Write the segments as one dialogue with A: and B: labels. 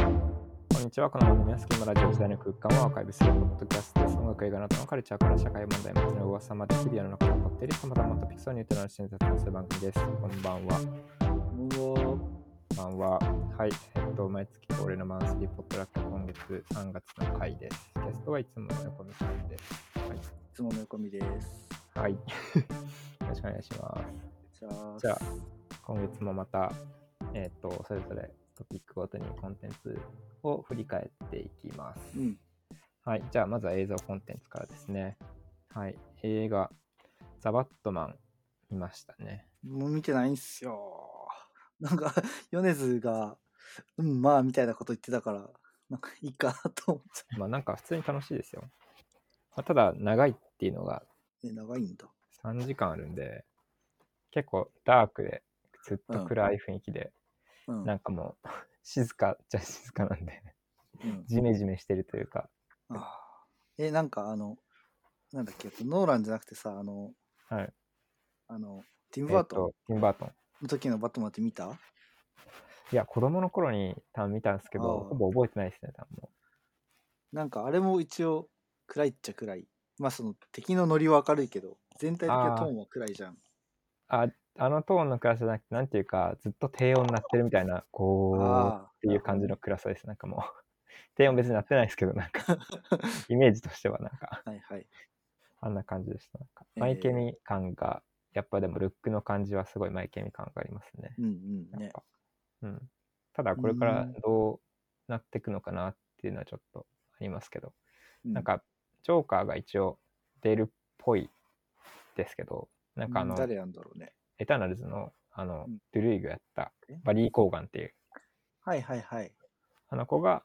A: んにちは。この番組は隙間ラジオ時代の空間をアーカイブするポッドキャストです。音楽、映画などのカルチャーから社会問題、街の噂までシビアの中で起こっている様々なトピックスをニュートラルに伝達する番組です。こんばんは。
B: も
A: こんばんは。はい。えっと、毎月恒例のマンスリーポットラック、今月3月の回です。ゲストはいつもの横見さんです。
B: う、いつもの横見です。
A: はい。 よろしくお願いします。
B: じゃあ、
A: じゃ今月もまた、えっと、それぞれトピックごとにコンテンツを振り返っていきます。
B: うん、
A: はい、じゃあまずは映像コンテンツからですね。はい、映画、ザ・バットマン、見ましたね。
B: もう見てないんすよ。 なんか、米津が、うん、まあ、みたいなこと言ってたから、なんか、いいかなと思っちゃ
A: まあなんか普通に楽しいですよ。まあ、ただ、長いっていうのが
B: う。え、長いんだ。
A: 3時間あるんで、結構ダークで、ずっと暗い雰囲気で、
B: うん。
A: なんかもう、 静かじゃ静かなんで、
B: うん、
A: ジメジメしてるというか、
B: あーえ、なんか、あの、なんだっけ、ノーランじゃなくてさ、あの、
A: はい。
B: あの、ティ
A: え
B: ム・
A: ー
B: バー
A: っ
B: ト
A: と、ティム・バートン。
B: ンの時のバットマンって見た
A: いや、子供の頃に多分見たんですけ
B: あ
A: ど、
B: ー
A: ほぼ覚えてないですね、多分も
B: なんか、あれも一応、暗いっちゃ暗い。まあ、その、敵のノリは明るいけど、全体的なトーンは暗いじゃん。
A: う。あ、あのトーンの暗さじゃなくて、なんていうか、ずっと低音鳴ってるみたいな、こう、
B: ああ
A: っていう感じの暗さです。なんかもう、 低音別になってないですけど、なん か、イメージとしてはなんか、
B: ー。はいはい。
A: あんな感じでした。なんか、
B: えー
A: マイケミ感が、やっぱでもルックの感じはすごいマイケミ感がありますね。
B: うんうん
A: やっ
B: ね。
A: ぱ。うん。ただ、これから
B: うん
A: どうなっていくのかなっていうのはちょっとありますけど、
B: な
A: なん、か、ジョーカーが一応出るっぽいですけど、なんかあの、
B: 誰なんだろうね。
A: エターナルズの、あの
B: うん、
A: ドゥルイグやった
B: え、
A: バリー・コーガンっていう、
B: はいはいはい。
A: あの子が、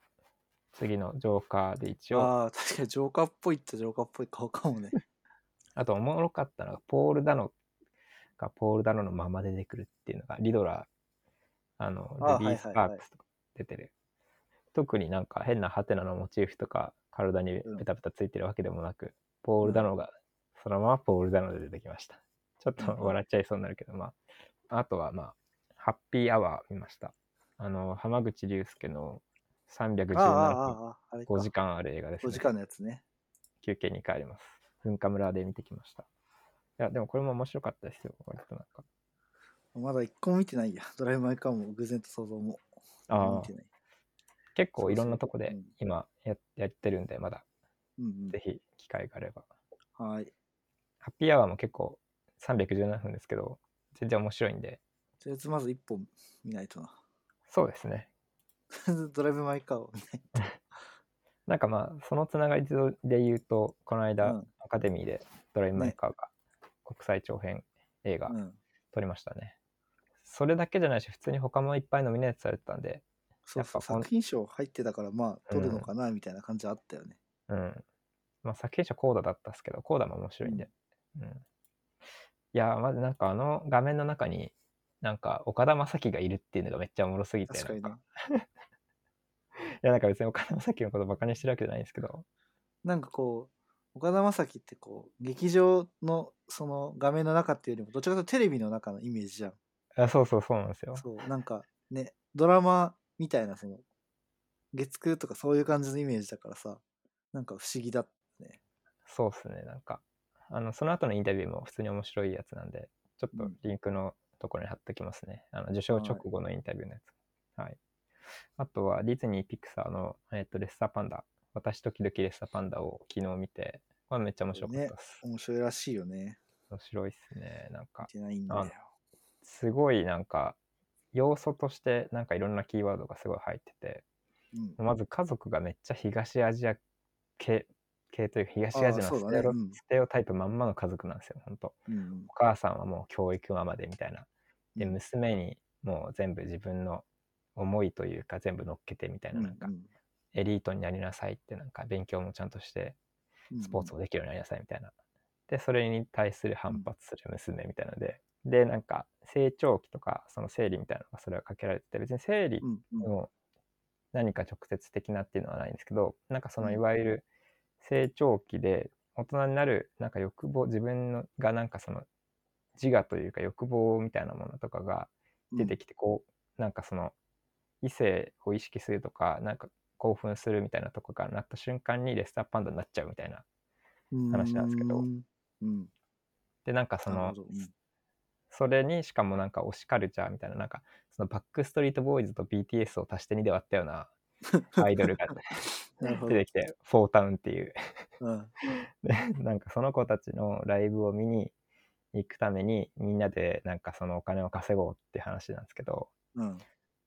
A: 次のジョーカーで一応、
B: ああ、確かにジョーカーっぽいっちゃジョーカーっぽい顔かもね。
A: あと、おもろかったのが、ポール・ダノがポール・ダノのまま出てくるっていうのが、リドラー、あの、
B: あ
A: ルビ
B: は
A: ー・
B: いはいはい
A: スパークスとか出てる。特になんか変なハテナのモチーフとか、体に
B: うん
A: ベタベタついてるわけでもなく、ポール・ダノが、そのままポール・ダノで出てきました。ちょっ
B: な
A: と
B: るほど
A: 笑っちゃいそうになるけど、まあ、あとはまあ、ハッピーアワー見ました。あの、浜口竜介の317
B: ああ、あ
A: 分、
B: あ、ああ、あれか。
A: 5時間ある映画です、
B: 5
A: ね。
B: 時間のやつね。
A: 休憩に帰ります。文化村で見てきました。いや、でもこれも面白かったですよ。割となんか。
B: まだ一個も見てないや。ドライマイカーも偶然と想像も。
A: あ
B: 見て
A: あ、
B: ない。
A: 結構いろんなとこ
B: そう
A: で
B: そううん
A: 今ややってるんで、まだ
B: うんうん
A: ぜひ機会があれば。。
B: はーい。
A: ハッピーアワーも結構317分ですけど、全然面白いんで、
B: とりあえずまず一本見ないとな。
A: そうですね。
B: とりあえずドライブ・マイ・カーを見ない
A: なんかまあ、そのつながりで言うと、この間、
B: うん
A: アカデミーでドライブ・マイ・カーが国際長編映画
B: と。うん。
A: 撮りましたね。それだけじゃないし、普通に他もいっぱいノミネートされてたんで、
B: そうそう。
A: やっぱこん
B: 作品賞入ってたから、まあ、取るのかな、みたいな感じはあったよね。
A: うん。まあ、作品者コーダだったっすけど、コーダも面白いんで。うん。いやー、まずなんかあの画面の中に、なんか岡田将生がいるっていうのがめっちゃおもろすぎて、
B: 確かに
A: なん
B: な
A: か。いや、なんか別に岡田将生のことバカにしてるわけじゃないんですけど、
B: なんかこう岡田将生ってこう劇場のその画面の中っていうよりもどっちらかというとテレビの中のイメージじゃん
A: あそうそうそうなんですよ。
B: そうなんかねドラマみたいなその月9とかそういう感じのイメージだからさなんか不思議だね
A: そうっすね、なんか。あの、その後のインタビューも普通に面白いやつなんで、ちょっ
B: う
A: と
B: ん
A: リンクのところに貼っときますね。あの、受賞直後のインタビューのやつ。はい。あとは、ディズニー・ピクサーの、えっ、と、レッサーパンダ。私時々レッサーパンダを昨日見て、これめっちゃ面白かったです。
B: 面白いらしいよね
A: 面白いっすね。なんか
B: 見、てないんだよ
A: すごいなんか、要素としてなんかいろんなキーワードがすごい入ってて、
B: うん
A: まず家族がめっちゃ東アジア系、系というか東アジア
B: あーそ
A: のス
B: うだね
A: テロ、
B: うん
A: ステレオタイプまんまの家族なんですよ、本当
B: うん
A: お母さんはもう教育ママでみたいな。で、
B: うん
A: 娘にもう全部自分の思いというか全部乗っけてみたいな、なんか
B: うん
A: エリートになりなさいって、なんか勉強もちゃんとして、
B: うん
A: スポーツ
B: う
A: も
B: ん
A: できるようになりなさいみたいな。で、それに対する反発する娘みたいなので、で、なんか成長期とか、その生理みたいなのがそれはかけられてて、別に生理
B: うんうん
A: の何か直接的なっていうのはないんですけど、なんかその
B: うん
A: いわゆる成長期で大人になるなんか欲望、自分のがなんかその自我というか欲望みたいなものとかが出てきて、こう、なんかその異性を意識するとか、なんか興奮するみたいなとこからなった瞬間にレッサーパンダになっちゃうみたいな。話なんですけど
B: うーんうん。
A: で、なんかそ
B: なる
A: の
B: ほ、どうん
A: それにしかもなんか推しカルチャーみたいな、なんかそのバックストリートボーイズと BTS を足して2で割ったようなアイドルが
B: なるほど
A: 出てきて、フォータウンっていう。
B: うん
A: で、なんかその子たちのライブを見に行くために、みんなでなんかそのお金を稼ごうって話なんですけど、
B: うん。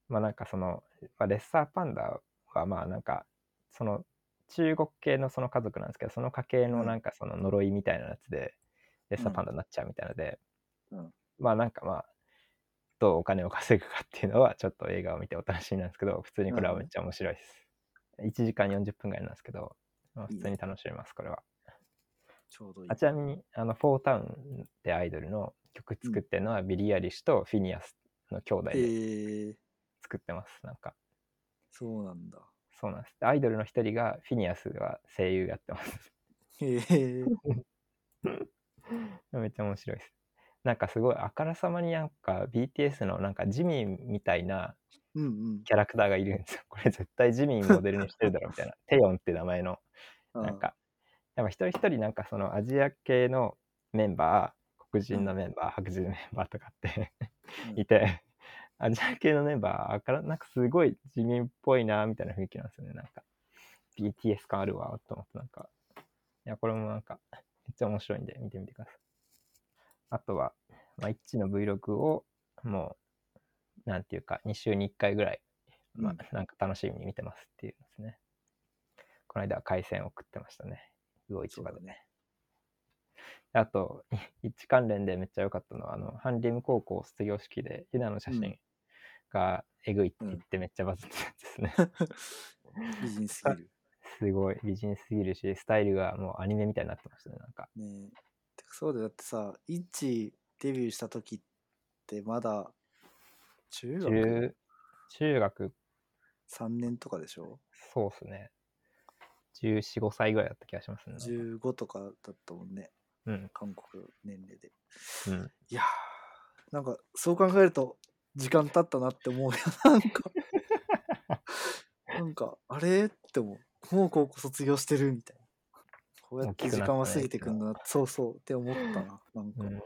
A: まあなんかその、まあ、レッサーパンダはまあなんかその中国系のその家族なんですけどその家系
B: う
A: の
B: ん
A: なんかその呪いみたいなやつでレッサー
B: うん
A: パンダになっちゃうみたいので、
B: うん
A: まあなんかまあどうお金を稼ぐかっていうのはちょっと映画を見てお楽しみなんですけど普通にこれはめっちゃ面白いです、1時間40分ぐらいなんですけど、まあ、普通に楽しめますこれは
B: ちょうどいい
A: あ。ちなみにあのフォータウンってアイドルの曲作ってるのはビリー・アイリッシュとフィニアスの兄弟
B: え
A: で
B: ー、
A: 作ってます、なんか
B: そうなんだ。
A: そうなんです。アイドルの一人がフィニアスは声優やってます。
B: へえ。
A: めっちゃ面白いです。なんかすごいあからさまになんか BTS のなんかジミーみたいな
B: うんうん
A: キャラクターがいるんですよ。これ絶対ジミーモデルにしてるだろみたいな。テヨンって名前の。
B: あー
A: なんか、やっぱ一人一人なんかそのアジア系のメンバー、黒人のメンバー、白人のメンバーとかって
B: うん
A: いて、アジア系のメンバーあから、なんかすごい地味っぽいなみたいな雰囲気なんですよね。なんか、BTS 感あるわと思って、なんか、いや、これもなんか、めっちゃ面白いんで見てみてください。あとは、まあ、イッチの Vlog を、もう、なんていうか、2週に1回ぐらい、ま
B: うん
A: あ、なんか楽しみに見てますっていうんですね。この間は海鮮を食ってましたね。魚市
B: そう
A: 場
B: だ
A: で。
B: ね。
A: あと、一致関連でめっちゃ良かったのは、あの、ハンリム高校卒業式で、ユナの写
B: う
A: 真
B: ん
A: がえぐいって言っ
B: うん
A: てめっちゃバズってたんです ね。
B: 美人すぎる。
A: すごい、美人すぎるし、スタイルがもうアニメみたいになってましたね、なんか。
B: ねえ。てかそうだよだってさ、イッチデビューした時ってまだ中学
A: 中、中学、
B: 3年とかでしょ
A: そうっすね。14、5歳ぐらいだった気がしますね。なんか
B: ?15 とかだったもんね、
A: うん。
B: 韓国年齢で。
A: うん、
B: いやー、なんかそう考えると時間経ったなって思うよ。 なんか、なんか、あれって思う。もう高校卒業してるみたいな。こうやって
A: 大きくなったね
B: 時間は過ぎてくんだな。そうそうって思ったな。なんか、
A: うん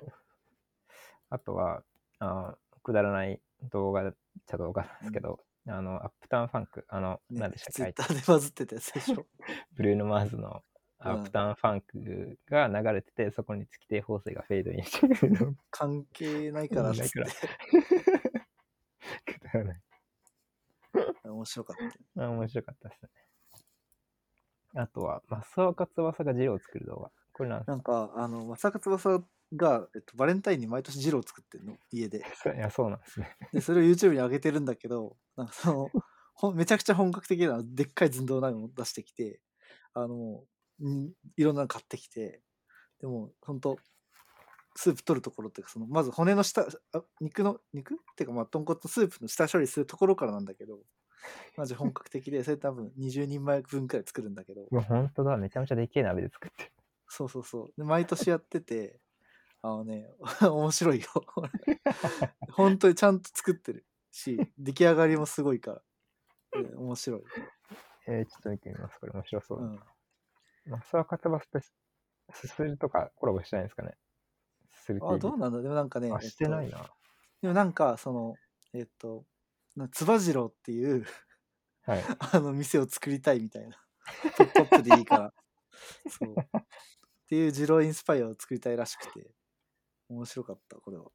A: あとはあーくだらない動画っちゃ動画なんですけど、あのアップタウンファンクあの、
B: ね
A: なんでしたっけ
B: ツイ
A: あ
B: ッ
A: い
B: ターでバズってたやつでしょ。
A: ブルーノ・マーズの
B: うん
A: アップタウンファンクが流れてて、そこに月亭法政がフェードインしてるのく
B: 関係ないからっつっ
A: 関係ない
B: て。
A: だら ない
B: 面白かった。
A: あ面白かったですねあとは増岡翼がジロを作る動画これなんで
B: なんか、あの、松坂翼が、えっと、バレンタインに毎年ジロー作ってんの、家で。
A: すかいやそうなんですね
B: で、それを YouTube に上げてるんだけど、なんかその、ほんめちゃくちゃ本格的な、でっかい寸胴鍋も出してきて、あの、んいろんなの買ってきて、でも、ほんと、スープ取るところっていうか、その、まず骨の下、あ肉の、肉っていうか、まあ、豚骨のスープの下処理するところからなんだけど、マジ本格的で、それ多分20人前分くらい作るんだけど、
A: いや本当だめちゃめちゃでけえ鍋で作ってる
B: そうそうそう。で、毎年やってて、あのね、 面白いよ。本当にちゃんと作ってるし、出来上がりもすごいから。で面白い。
A: えーちょっと見てみますこれ面白そう
B: う
A: だ
B: ん。
A: な、増岡翼とすするとかコラボしてないんですかねする
B: あ、どうなんだでもなんかね、
A: あ、
B: えっ
A: してない
B: と
A: な。
B: でもなんか、その、えっと、なつば次郎っていう、
A: はい。
B: あの、店を作りたいみたいな。ポップアップでいいから。そう。っていう次郎インスパイアを作りたいらしくて、面白かった、これは。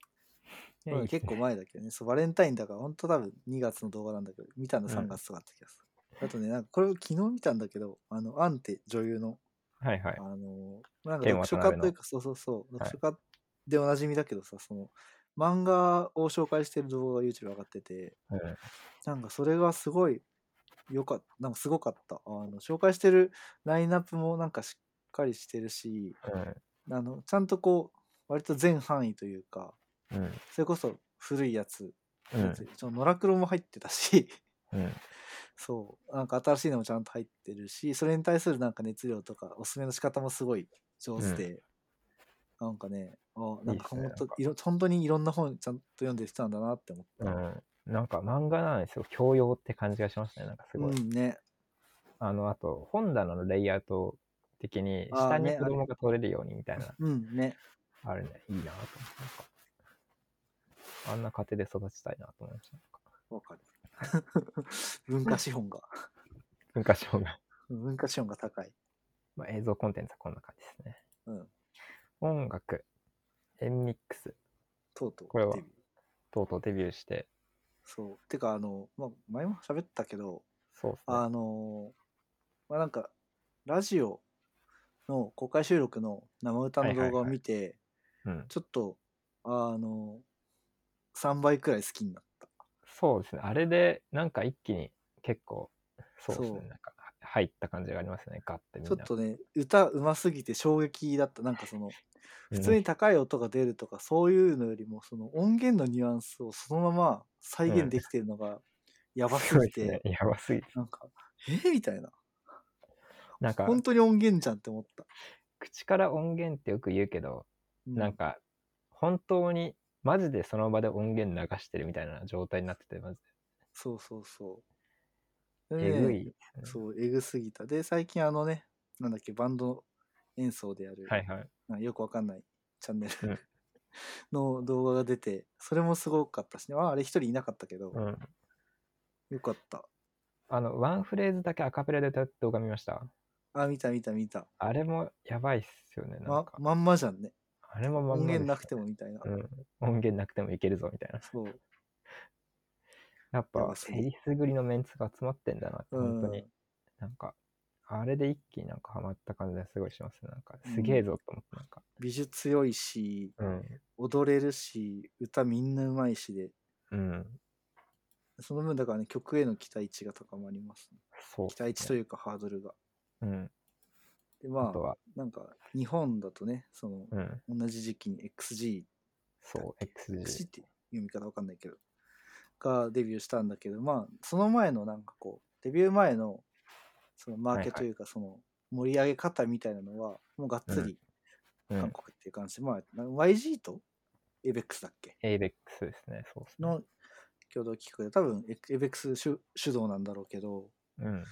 A: いや
B: うん
A: いいっすね
B: 結構前だけどねそうバレンタインだから本当多分2月の動画なんだけど見たの
A: うん
B: 3月とかだった気がする、あとねなんかこれを昨日見たんだけどあのアンって女優の、
A: はいはい
B: あ。のーなんか
A: 剣
B: 読
A: 渡
B: 書
A: 辺
B: 家
A: の
B: というかそうそうそう
A: はい
B: 読書家でおなじみだけどさ、その漫画を紹介してる動画が YouTube に上がってて
A: うん
B: なんかそれがすごいよかったなんかすごかったあの紹介してるラインナップもなんかしっかりしてるしあのちゃんとこう割と全範囲というか
A: うん。
B: それこそ古いやつ
A: うん。うん。
B: そのノラクロも入ってたし
A: うん。
B: そうなんか新しいのもちゃんと入ってるしそれに対するなんか熱量とかおすすめの仕方もすごい上手で、なんかねあな
A: いい
B: んか
A: っすね
B: 本
A: な
B: 当
A: んか
B: いろ本当にいろんな本ちゃんと読んでる人なんだなって思った、
A: うん。なんか漫画なんですよ。教養って感じがしますね。なんかす
B: う
A: ごい。
B: んね
A: あの、あと、本棚のレイアウト的に、
B: あー
A: 下に
B: ね
A: 子供が取れるようにみたいな、
B: うんね。
A: あるね、いいなと思って、なんかあんな家庭で育ちたいなと思いました。なんか
B: わかる。 文化資本が、
A: 文化省 が、
B: 文化資本が高い。
A: まあ、映像コンテンツはこんな感じですね。
B: うん。
A: 音楽、エンミックス、
B: とうとう。
A: これは
B: デビュー
A: とうとうデビューして、
B: そう。てか、あの、まあ、前も喋ったけど、
A: そうですね。
B: あのーまあなんか、ラジオの公開収録の生歌の動画を見て、
A: うん、
B: ちょっと、あのー、3倍くらい好きになった。
A: そうですね。あれで、なんか一気に結構、そうですね
B: そ。う
A: なんか入った感じがありますね。ガッてみん
B: ちょ
A: な。
B: っとね、歌うますぎて衝撃だった。なんかその、普通
A: うん
B: に高い音が出るとか、そういうのよりも、その音源のニュアンスをそのまま再
A: うん
B: 現できてるのが、やばす
A: ごい
B: ぎ
A: で
B: て、
A: すね。やばすぎて。
B: なんか、えーみたいな。
A: なんか、
B: 本当に音源じゃんって思った。
A: 口から音源ってよく言うけど、
B: う
A: なん、か、本当に、マジでその場で音源流してるみたいな状態になってて、マジ
B: そうそうそう。
A: で。えぐい。
B: そう、えぐすぎた。で、最近あのね、なんだっけ、バンド演奏でやる、
A: はいはい。
B: なんかよくわかんないチャンネル、
A: うん
B: の動画が出て、それもすごかったしね。まあ、あれ一人いなかったけど、
A: うん。
B: よかった。
A: あの、ワンフレーズだけアカペラで歌う動画見ました。
B: あ、見た見た見た。
A: あれもやばいっすよね。なん
B: ま
A: か、、
B: まんまじゃんね。
A: あれもまん
B: 音
A: までした
B: 源なくてもみたいな。
A: うん。音源なくてもいけるぞみたいな。
B: そう。
A: やっ
B: や
A: ぱ
B: ば、そう
A: えりすぐりのメンツが集まってんだなって、本当
B: う
A: に
B: ん。。
A: なんか、あれで一気になんかハマった感じがすごいしますね。なんか
B: う、ん
A: すげえぞと思って、なんか。
B: 美術強いし、
A: うん。
B: 踊れるし、歌みんなうまいしで、
A: うん。
B: その分だからね、曲への期待値が高まります、ね。
A: そう、
B: 期待値というかハードルが。
A: うん。
B: で、
A: あ
B: ま
A: とは、
B: あ、なんか、日本だとね、その、
A: うん。
B: 同じ時期に XG
A: そう、
B: XG
A: XG
B: っ。て読み方わかんないけど、がデビューしたんだけど、まあ、その前のなんかこう、デビュー前の、そのマーケというか、その、盛り上げ方みたいなのは、もうがっつり
A: う
B: 韓
A: ん。
B: 国っていう感じで、まあ、な YG と ABEX だっけ
A: ABEX ですね。そうですね。
B: の共同企画で、多分 ABEX 主主導なんだろうけど、
A: うん。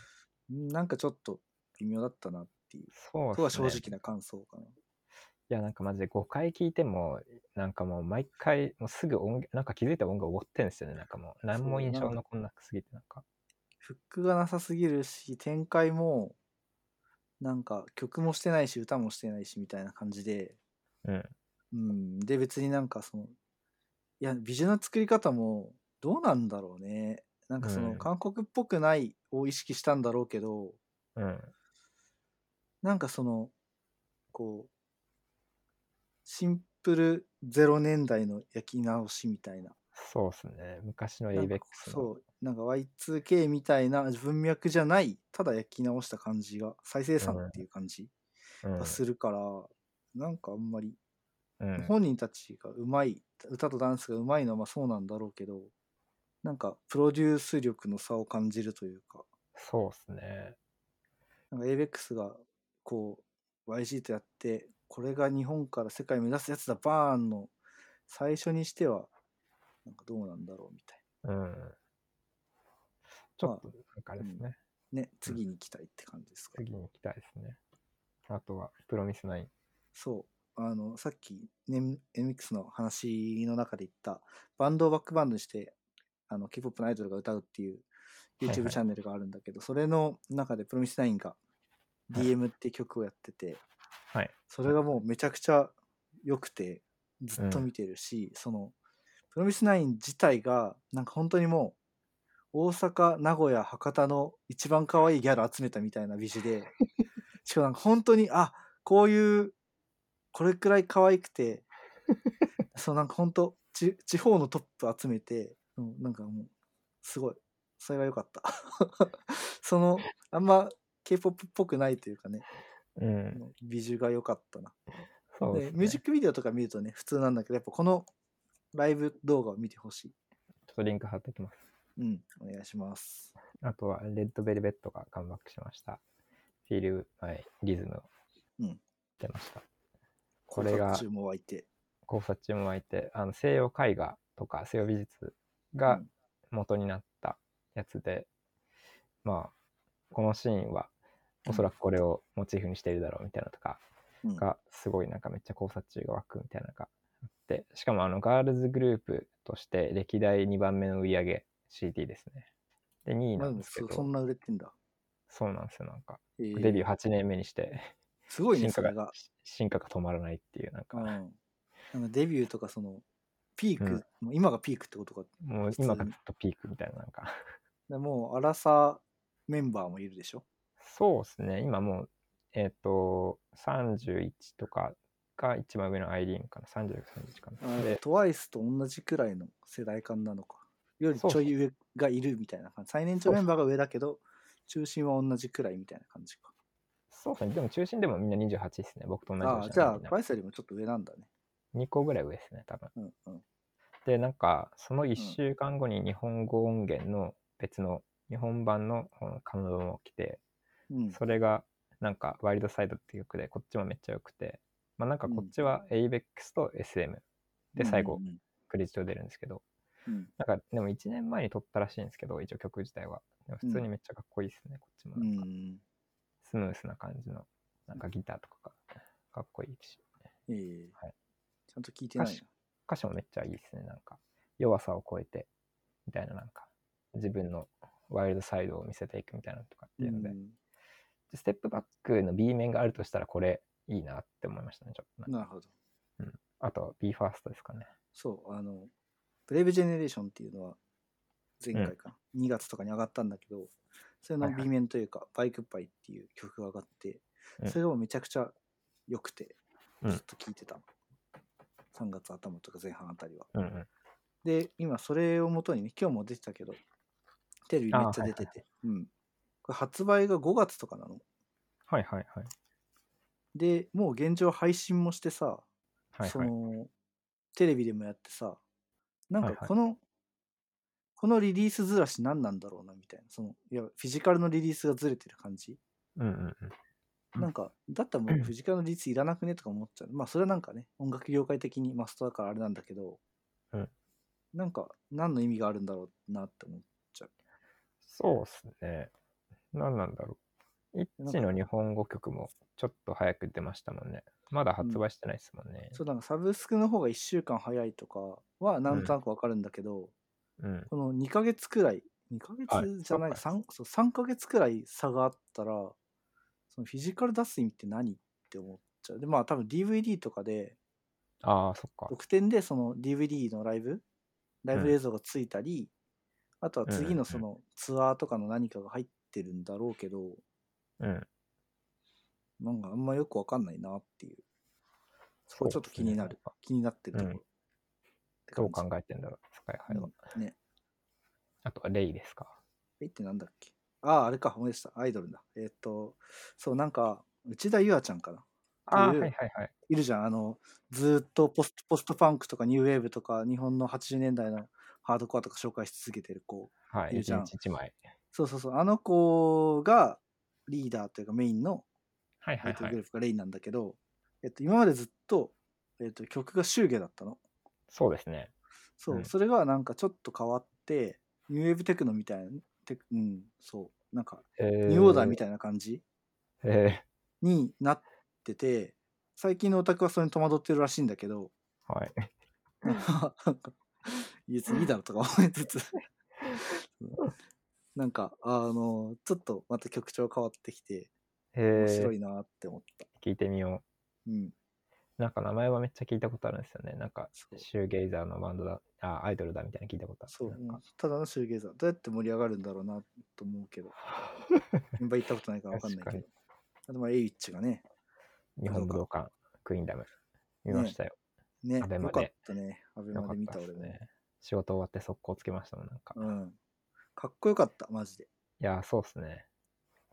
B: なんかちょっと微妙だったなっていう、
A: そう
B: と
A: で
B: は
A: す
B: 正
A: ね。
B: 直な感想かな。
A: いや、なんかマジで5回聞いても、なんかもう毎回、もうすぐ音源、なんか気づいたら音楽終わってんですよね。なんかもう、何も
B: そう
A: 印
B: なん
A: 象
B: か
A: 残んなくすぎて、なんか。
B: フックがなさすぎるし展開もなんか曲もしてないし歌もしてないしみたいな感じで、
A: うん。
B: うん、で別になんかそのいやビジュの作り方もどうなんだろうねなんかそうの
A: ん
B: 韓国っぽくないを意識したんだろうけど、
A: うん。
B: なんかそのこうシンプル0年代の焼き直しみたいな
A: そうですね。昔の
B: なんか
A: ABEX の。
B: そうなんか Y2K みたいな文脈じゃないただ焼き直した感じが再生産っていう感じ
A: うん
B: がするから、なんかあんまり、
A: うん
B: 本人たちがうまい歌とダンスがうまいのはまあそうなんだろうけどなんかプロデュース力の差を感じるというか
A: そうですね。
B: なんか ABEX がこう YG とやってこれが日本から世界目指すやつだバーンの最初にしてはなんかどうなんだろうみたい
A: うん。ちょっと、なんかあれですね。
B: なね次に期待って感じですか、
A: 次に行きたいですね。あとは、プロミスナイン。
B: そう。あの、さっき、ね、MX の話の中で言った、バンドをバックバンドにして、あの、K-POP のアイドルが歌うっていう
A: はいはい
B: YouTube チャンネルがあるんだけど、それの中でプロミスナインが DM って曲をやってて、
A: はい。
B: それがもうめちゃくちゃ良くて、ずっと見てるし、その、プロミスナイン自体が、なんか本当にもう、大阪、名古屋、博多の一番可愛いギャル集めたみたいな美 女で、しかもなんか本当に、あ、こういう、これくらい可愛くて、そうなんか本当ち地方のトップ集めて、うん、なんかもう、すごい。それが良かった。 その、あんま K-POP っぽくないというかね、
A: うん。
B: 美女が良かったな。
A: そう
B: で
A: です
B: ミュ
A: ね。
B: ージ
A: ちょ
B: ックビデオとか見るとね普通なんだけどやっぱこのライブ動画を見てほしい
A: っとリンク貼っておきます。
B: うんお願いします
A: あとは、レッドベルベットがカムバックしました。フィール、はい、リズムを
B: うん
A: 出ました。これが
B: 考察中も湧いて
A: 考察中も湧いて、あの西洋絵画とか西洋美術が元になったやつで、まあ、このシーンはおそらくこれをモチーフにしてるだろうみたいなのとか
B: うん
A: がすごいなんかめっちゃ考察中が湧くみたいなのがあってしかもあのガールズグループとして歴代2番目の売り上げ CD ですねで2位
B: ま
A: な
B: あで
A: ん
B: も
A: ですけ
B: そ
A: ど
B: そんな売れてんだ。
A: そうなんですよなんか
B: えー
A: デビュー8年目にして
B: すごいね、
A: 進
B: そ
A: 化
B: れ
A: が
B: が。
A: 進化が止まらないっていうなん
B: うん、
A: か
B: なんかデビューとか、その、ピーク、
A: うん
B: もう今がピークってことか。
A: もう今がずっとピークみたいななんか
B: でもう、アラサーメンバーもいるでしょ。
A: そうですね、今もう、えっ、と、31とかが一番上のアイリーンかな、30、31かな。で、
B: トワイスと同じくらいの世代間なのか。よりちょい上がいるみたいな感じ。最年長メンバーが上だけど、中心は同じくらいみたいな感じか。
A: そうですね、でも中心でもみんな28ですね、僕と同じ
B: ああ、
A: 年
B: じ
A: な
B: ゃあ、
A: んで
B: トワイスよりもちょっと上なんだね。
A: みんな2個ぐらい上ですね、多分。
B: うんうん。
A: で、なんか、その1週間後に日本語音源の別の、日本版のこのカムドも来て、
B: うん、
A: それが、なんか、ワイルドサイドっていう曲で、こっちもめっちゃ良くて、まあなんかこっちは ABEX と SM で最後
B: うんうん
A: クレジット出るんですけど、
B: うんうん
A: なんか、でも1年前に撮ったらしいんですけど、一応曲自体は。でも普通にめっちゃかっこいいですね、こっちも
B: う
A: なんか。
B: ん
A: スムースな感じの、なんかギターとかがかっこいいし。
B: ええ
A: はい
B: ちゃんと聞いてないな。
A: 歌詞もめっちゃいいですね、なんか。弱さを超えて、みたいななんか、自分のワイルドサイドを見せていくみたいなのとかっていうので、
B: うん
A: ステップバックの B 面があるとしたら、これいいなって思いましたね、ちょっとね、
B: なるほど。
A: あと、b ファーストですかね。
B: そう、あの、ブレイブジェネレーションっていうのは、前回か、な2月とかに上がったんだけど、それの
A: はいはい
B: B 面というか、バイクパイっていう曲が上がって
A: う、ん
B: それがもうめちゃくちゃ良くて、
A: うん
B: ずっと聴いてた。3月頭とか前半あたりは。
A: うんうん。
B: で、今それをもとにね、今日も出てたけど、テレビめっちゃ出てて、うん。これ発売が5月とかなの。
A: はいはいはい。
B: で、もう現状配信もしてさ、
A: はい
B: そ
A: はい。
B: のテレビでもやってさなん
A: は
B: か
A: いはい
B: この、このリリースずらし何なんだろうなみたいなそのいやフィジカルのリリースがずれてる感じ、
A: うんうんうん
B: なんかだったらもうフィジカルのリリースいらなくねとか思っちゃうまあそれはなんかね音楽業界的にマストだからあれなんだけど、
A: うん
B: なんか何の意味があるんだろうなって思う
A: そうっすね。何なんだろう。イッチの日本語曲もちょっと早く出ましたもんね。まだ発売してないですもんね。
B: そうなんかサブスクの方が1週間早いとかはなんとなくわかるんだけど、
A: うん。
B: この2ヶ月くらい、2ヶ
A: はい
B: 月じゃない、
A: そうか
B: 三そう3ヶ月くらい差があったら、そのフィジカル出す意味って何って思っちゃう。で、まあ多分 DVD とかで、
A: ああ、そっか。
B: 特典でその DVD のライブ、ライブ映像がついたり、あとは次のそのツアーとかの何かが入ってるんだろうけど、
A: うん。
B: なんかあんまよくわかんないなっていう、そ
A: そ
B: こちょっと気になる、
A: うっ
B: 気になってるところ。
A: うん
B: って
A: すね。
B: 感
A: なん
B: じ
A: かどう考えてんだろう、スカイハイは。
B: うんね。
A: あとはレイですか。
B: えってなんだっけああ、あれか、思い出した。アイドルだ。えーっと、そう、なんか、内田優愛ちゃんかな。
A: ああ、は
B: って
A: い
B: いう
A: はいはい。
B: いるじゃん。あの、ずーっとポストポストパンクとかニューウェーブとか、日本の80年代のハードコアとか紹介し続けてる子。
A: はいい。
B: る
A: 一
B: じゃん
A: 日一枚。
B: そうそうそう、あの子がリーダーというかメインの
A: はい
B: ア
A: はい
B: イド
A: は
B: ル
A: い。
B: グループがレインなんだけど、えっと、今までずっと、えっと、曲が祝儀だったの。
A: そうですね。
B: そう、
A: うん
B: それがなんかちょっと変わって、ニューウェーブテクノみたいな、テクうん、そう、なんか、
A: え
B: ニューオーダーみ
A: たい
B: たいな感じ、
A: な。え
B: になってて最近のオタクはそれに戸惑ってるらしいんだけど
A: ーはい。
B: なんか別にいいだろうとか思いつ つなんかあのちょっとまた曲調変わってきて
A: え
B: 面
A: ー
B: 白いなって思った、
A: 聞いてみよ
B: うん
A: う。なんか名前はめっちゃ聞いたことあるんですよね。なんか、
B: そう
A: シューゲイザーのバンドだ、あアイドルだみたいなの聞いたことある。
B: そう
A: なんか
B: ただのシューゲイザーどうやって盛り上がるんだろうなと思う けど現場行ったことないから分かんないけ
A: 確
B: どあとまあエイウィッチがね
A: 日本武道館、クイーンダム。見ましたよ。
B: ねよ
A: アベマ
B: か
A: で
B: ったねアベ
A: よ
B: マ
A: か
B: で
A: っ
B: 見
A: た
B: た
A: で
B: 俺
A: す
B: も、
A: ね。仕事終わって速攻つけましたもん、なんか。
B: う
A: い
B: んかっこよかったマジで
A: やー、そうっすね。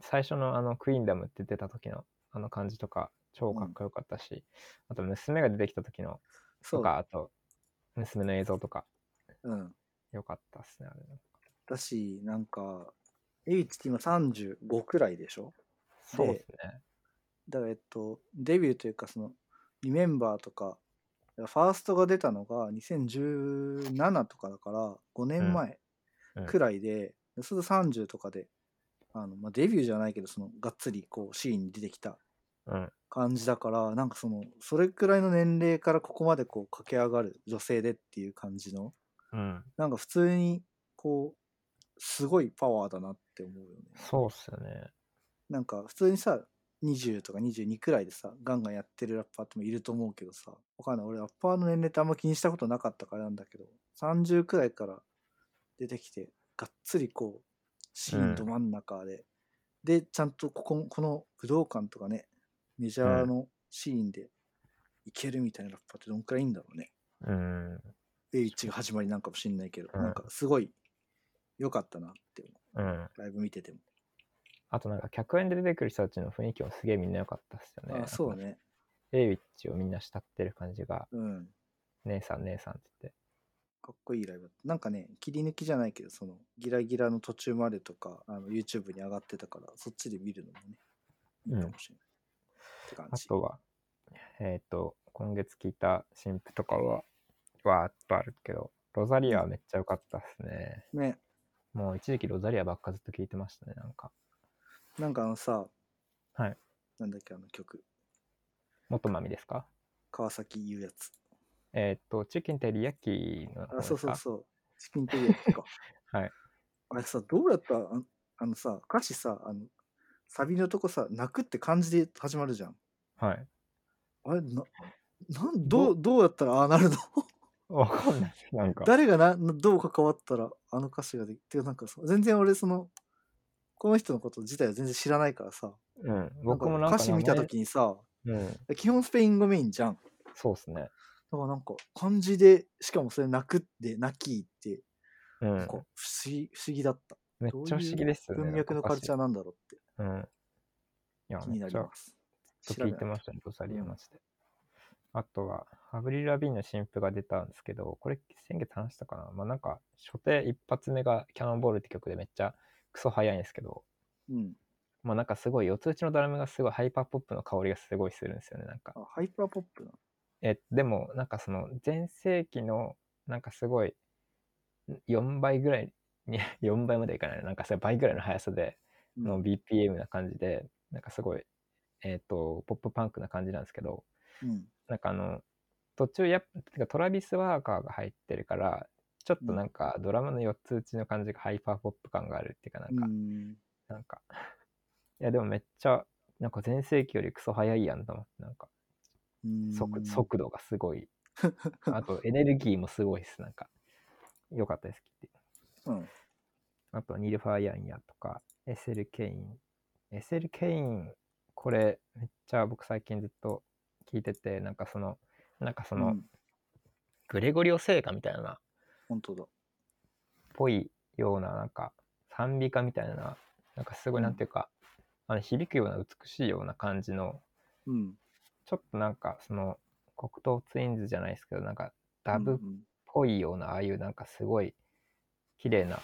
A: 最初のあの、クイーンダムって出た時のあの感じとか、超かっこよかったし、あと娘が出てきた時の
B: そ
A: と
B: う
A: か、あと、娘の映像とか、
B: うん
A: よかったっすね、あれ。
B: だし、なんか、エイチって今35くらいでしょ
A: そうっすね。
B: だから、えっと、デビューというか、その、リメンバーとか、ファーストが出たのが2017とかだから、5年前
A: うんうん
B: くらいで、そうすると30とかで、あの、まあ、デビューじゃないけど、その、がっつり、こう、シーンに出てきた
A: うん
B: 感じだから、なんかその、それくらいの年齢からここまで、こう、駆け上がる女性でっていう感じの、
A: うん
B: なんか普通に、こう、すごいパワーだなって思うよね。
A: そうっすよね
B: なんか普通にさ、20とか22くらいでさ、ガンガンやってるラッパーってもいると思うけどさ、わかんない。俺ラッパーの年齢ってあんま気にしたことなかったからなんだけど、30くらいから出てきて、がっつりこう、シーンど真ん中で、で、ちゃんとここ、この武道館とかね、メジャーのシーンでいけるみたいなラッパーってどんくらいいいんだろうね。
A: うん
B: H が始まりなんかもしんないけど、
A: うん
B: なんかすごい良かったなって思
A: うん
B: う。ライブ見てても。
A: あとなんか客演で出てくる人たちの雰囲気もすげえみんな良かったっすよね
B: あ、そうね。
A: エイビッチをみんな慕ってる感じが
B: うん。
A: 姉さん姉さんって言って
B: かっこいいライブだったなんかね切り抜きじゃないけどそのギラギラの途中までとかあの YouTube に上がってたからそっちで見るのもねいいかもしれない、って感
A: あ
B: じ
A: とはえっ、と今月聞いた新婦とかはわーっとあるけどロザリアはめっちゃ良かったっすね、
B: ね
A: もう一時期ロザリアばっかずっと聞いてましたねなんか
B: なんかあのさ
A: はい
B: なんだっけあの曲
A: 元まみですか
B: 川崎言うやつ
A: えっ、とチキンテリヤキの方
B: あ
A: ですか
B: そうそうそうチキンテリアとか
A: はい
B: あれさどうやったらあんあのさ歌詞さあのサビのとこさ泣くって感じで始まるじゃん
A: はい
B: あれななんどうどうやったらああなるの
A: わかんないっすなんか
B: 誰がなどう関わったらあの歌詞ができてなんかそう全然俺そのこの人のこと自体は全然知らないからさ
A: うん僕もなんか
B: 歌詞見た
A: 名前
B: 時にさ
A: うん
B: 基本スペイン語メインじゃんだか
A: そうっすね
B: らなんか漢字でしかもそれ泣くって泣きって
A: うん
B: なんか不思議不思議だった
A: めっちゃ不思議ですよね
B: 文脈のカルチャー
A: ー
B: なんだろうっ
A: うんいや
B: て気
A: めっ
B: になり
A: ちゃ
B: ます
A: ずっ
B: 調
A: と聞
B: べ
A: い
B: な
A: て
B: い
A: ましたね、ロサリア
B: うん
A: マジで。あとは、アブリル・ラビーンの新譜が出たんですけど、これ先月話したかなまあなんか、初手一発目がキャノンボールって曲でめっちゃクソ早いんですけど、
B: うん
A: まあなんかすごい四つ打ちのドラムがすごいハイパーポップの香りがすごいするんですよね、なんか。
B: あハイパーポップな
A: え、でもなんかその前世紀のなんかすごい4倍ぐらいに、4倍まで はいかないな、なんかそれ倍ぐらいの速さで
B: うん
A: の BPM な感じで、なんかすごい、えっ、と、ポップパンクな感じなんですけど、
B: うん
A: なんかあの、途中やっぱ、てかトラビス・ワーカーが入ってるから、ちょっとなんかドラムの4つ打ちの感じがハイパーポップ感があるっていうか、なんか、
B: うん
A: なんか、いやでもめっちゃ、なんか全盛期よりクソ早いやんと思って、なんか
B: うん
A: 速速度がすご い。あとエネルギーもすごいです、なんか。よかったです、聞いて。
B: うん
A: あと、ニルファーヤンヤとか、エセル・ケイン。エセル・ケイン、これ、めっちゃ僕最近ずっと聞いてて、なんかその、なんかその、
B: うん
A: グレゴリオ聖歌みたいな、
B: 本当だ
A: ぽいような、なんか、賛美歌みたいな、なんかすご
B: う
A: い、
B: ん
A: なんていうか、あの響くような美しいような感じの、
B: うん
A: ちょっとなんか、その、黒糖ツインズじゃないですけど、なんか、ダ
B: う
A: ブっ
B: ん
A: ぽいような、ああいうなんかすごい、綺麗な、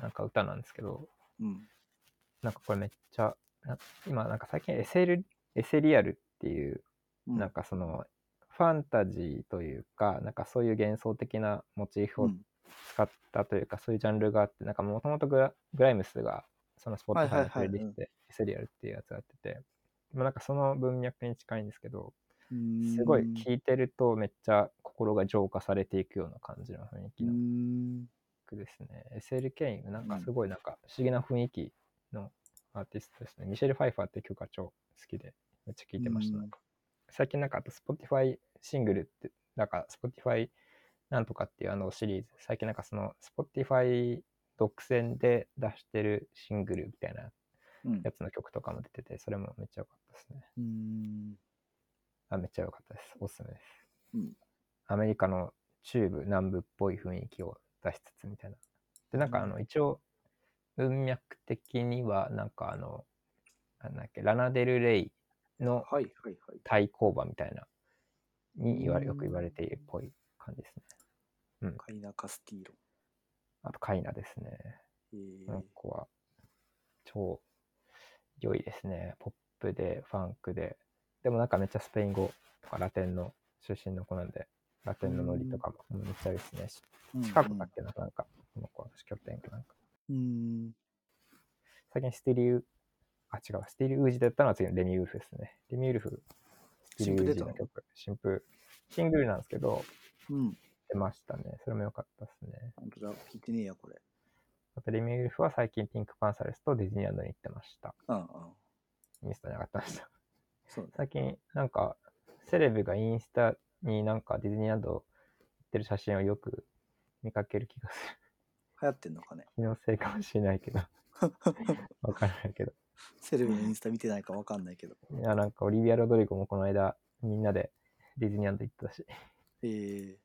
A: なんか歌なんですけど、
B: うん
A: なんかこれめっちゃ、な今、なんか最近エセル、エセリアルっていう、
B: うん
A: なんかその、ファンタジーというか、なんかそういう幻想的なモチーフ
B: う
A: を
B: ん
A: 使ったというか、そういうジャンルがあって、なんかもともとグラグライムスが、そのスポットファイのプレイリストでセリアルっていうやつやってて、まあなんかその文脈に近いんですけど、
B: うん
A: すごい聴いてるとめっちゃ心が浄化されていくような感じの雰囲気
B: う
A: の
B: ん
A: 曲ですね。SL ケイン、なん
B: う
A: か
B: ん
A: すごいなんか不思議な雰囲気のアーティストですね。ミシェル・ファイファーっていう曲が超好きで、めっちゃ聴いてました。
B: うん
A: なんか最近なんかあと Spotify シングルって、なんか Spotify なんとかっていうあのシリーズ、最近なんかその Spotify 独占で出してるシングルみたいな
B: うん
A: やつの曲とかも出てて、それもめっちゃ良かったですね。
B: うーん
A: あめっちゃ良かったです。おすすめです。
B: うん
A: アメリカの中部、南部っぽい雰囲気を出しつつみたいな。で、なんかあ
B: うん
A: の、一応、文脈的には、なんかあの、なんだっけ、ラナデル・レイの
B: はいはいはい。
A: 対抗馬みたいな、に言われ、よく言われ
B: うん
A: ているっぽい感じですね。
B: カイナ・カスティーロ。
A: あと、カイナですね。
B: え
A: こ
B: ー
A: の子は、超良いですね。ポップで、ファンクで。でもなんかめっちゃスペイン語とかラテンの出身の子なんで、ラテンのノリとかもめっちゃいいですね。
B: うん
A: シカゴだっけな、なんか、この子は拠点かなんか。
B: うん。
A: 最近スティリウ、あ、違う、スティリウージだったのは次のレミウルフですね。レミウルフ、スティリウージの曲、新譜、シングルなんですけど、
B: うん。
A: 出ましたね。それも良かったですね。
B: 本当だ。聞いてねえや、これ。
A: あとレミウルフは最近ピンクパンサレスとディズニーランドに行ってました。
B: うんうん。
A: インスタに上がってました。
B: そうね。
A: 最近、なんか、セレブがインスタになんかディズニーランド行ってる写真をよく見かける気がする。
B: 流行ってんのかね。
A: 気のせいかもしれないけど。わからないけど。
B: セレブのインスタ見てないかわかんないけど。
A: いや、なんかオリビア・ロドリゴもこの間、みんなでディズニーランド行ってたし。
B: えー、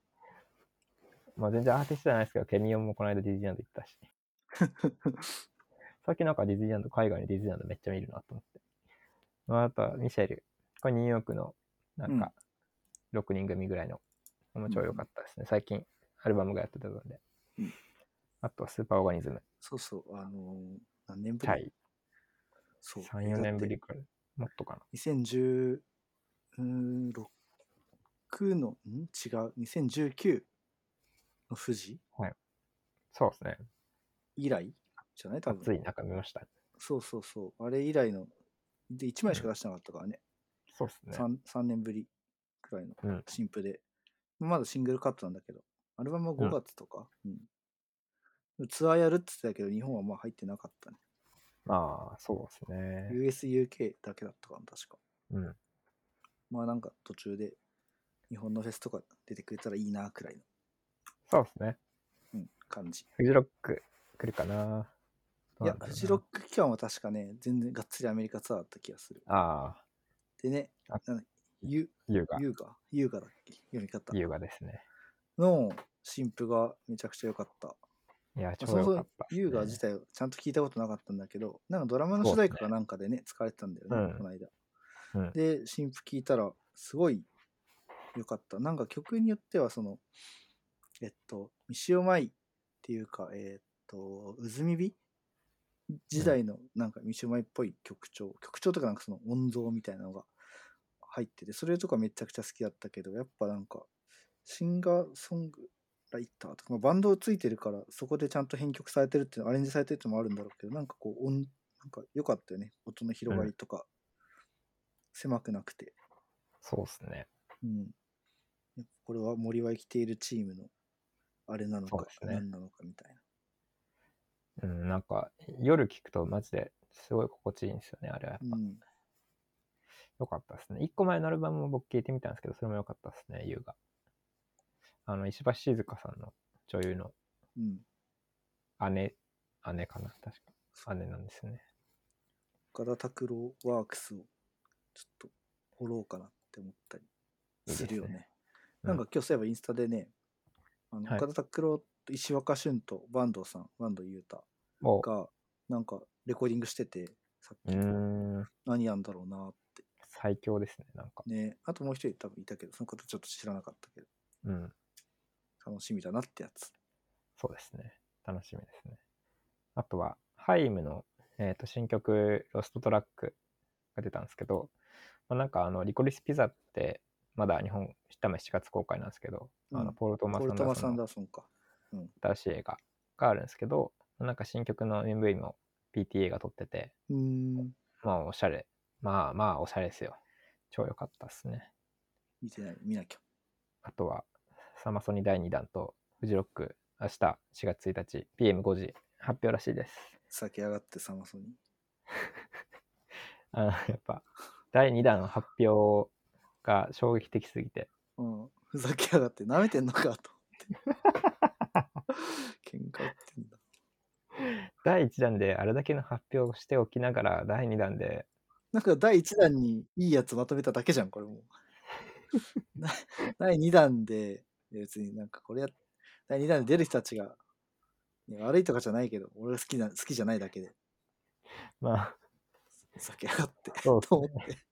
A: まあ全然アーティストじゃないですけど、ケニオンもこの間ディズニーランド行ってたし。最近なんかディズニーランド、海外のディズニーランドめっちゃ見るなと思って。まあ、あとはミシェル。これニューヨークの、なんか、6人組ぐらいの。もう超良かったですね。最近、アルバムがやってたので。
B: うん
A: あとはスーパーオーガニズム。
B: そうそう、あのー何年ぶり、
A: タイ。
B: そう。
A: 3、4年ぶりくらい。もっとか
B: 2016の、ん違う、2019の富士
A: な。そうですね。
B: 以来じゃない多
A: 暑
B: 分。
A: い中見ました。
B: そうそうそう。あれ以来の、で、1枚しか出してなかったからね。
A: そうですね。
B: 三三 3, 年ぶりくらいの
A: うん
B: 新譜で。まだシングルカットなんだけど、アルバムは5月とか。うんツアーやるって言ってたけど、日本はまあ入ってなかったね。
A: まあ、そうですね。
B: USUK だけだったかな、確か。
A: うん。
B: まあなんか途中で日本のフェスとか出てくれたらいいなくらいの、
A: そうですね。
B: うん、感じ。
A: フジロック来るかな。
B: い
A: どうな
B: や
A: ん、だろうな
B: フジロック期間は確かね、全然がっつりアメリカツアーだった気がする。
A: あ
B: でね
A: あ、
B: なんだゆ
A: あ、優雅。
B: 優雅優雅だっけ読み方
A: 優雅ですね。
B: の新譜がめちゃくちゃ良かった。
A: いや、
B: まあ
A: 超
B: も
A: 良
B: そ
A: か
B: も
A: ったっすね、
B: 優雅自体をちゃんと聞いたことなかったんだけど、なんかドラマの主題歌
A: そう
B: かなんかでね、使われてたんだよね、
A: うん
B: この間。
A: うん
B: で、新譜聞いたら、すごい良かった。なんか曲によっては、その、えっと、三潮舞っていうか、えっと、うずみび時代のなんか三潮舞っぽい曲調、曲調とかなんかその音像みたいなのが入ってて、それとかめちゃくちゃ好きだったけど、やっぱなんか、シンガーソングライターとか、まあ、バンドをついてるから、そこでちゃんと編曲されてるっていうの、アレンジされてるってのもあるんだろうけど、なんかこう、音、なんか良かったよね。音の広がりとか、狭くなくて。
A: そうですね。
B: うん。やっぱこれは森は生きているチームの、あれなの
A: そう
B: か
A: で、すね
B: 何なのかみたいな。
A: うん、なんか、夜聞くとマジですごい心地いいんですよね、あれはやっ
B: う
A: ぱ。
B: ん。
A: 良かったですね。一個前のアルバムも僕聞いてみたんですけど、それも良かったですね、優雅。あの、石橋静香さんの女優の
B: うん。
A: 姉、姉かな、確か。姉なんですよね。
B: 岡田拓郎ワークスを、ちょっと、掘ろうかなって思ったりするよね。
A: いいですうん
B: なんか今日そういえばインスタでね、あの
A: はい
B: 岡田拓郎と石若俊と坂東さん、坂東裕太
A: もう、
B: が、なんかレコーディングしてて、さっ
A: う
B: き、
A: ーん、
B: 何やんだろうなって。
A: 最強ですね、なんか。
B: ね、あともう一人多分いたけど、その方ちょっと知らなかったけど、
A: うん。
B: 楽しみだなってやつ。
A: そうですね。楽しみですね。あとは、ハイムの、えー、と新曲、ロストトラックが出たんですけど、まあ、なんかあの、リコリスピザって、まだ日本、多分7月公開なんですけど、あ
B: う
A: の
B: ん
A: ポール・トーマス・
B: ポ
A: ア
B: ル
A: ン
B: ト
A: ダ
B: マ
A: ー
B: ス・
A: ソ
B: アン
A: ンの
B: ダーソンか。
A: 新しい映画があるんですけど、なんか新曲の MV も PTA が撮ってて、
B: うーん、
A: まあおしゃれ、まあまあおしゃれですよ。超良かったっすね。
B: 見てない、見なきゃ。
A: あとは、サマソニ第2弾と、フジロック、明日4月1日、PM5 時、発表らしいです。
B: 酒上がってサマソニ。
A: あのやっぱ第2弾の発表が衝撃的すぎて
B: うん、ふざけやがって、舐めてんのかと思って。喧嘩売ってんだ。
A: 第1弾であれだけの発表をしておきながら第2弾で
B: なんか第1弾にいいやつまとめただけじゃん、これもう。な第2弾で、いや別になんかこれや、第2弾で出る人たちが、ね悪いとかじゃないけど、俺が好きな、好きじゃないだけで、
A: まあ
B: 酒上がって、
A: そうっす
B: と思って。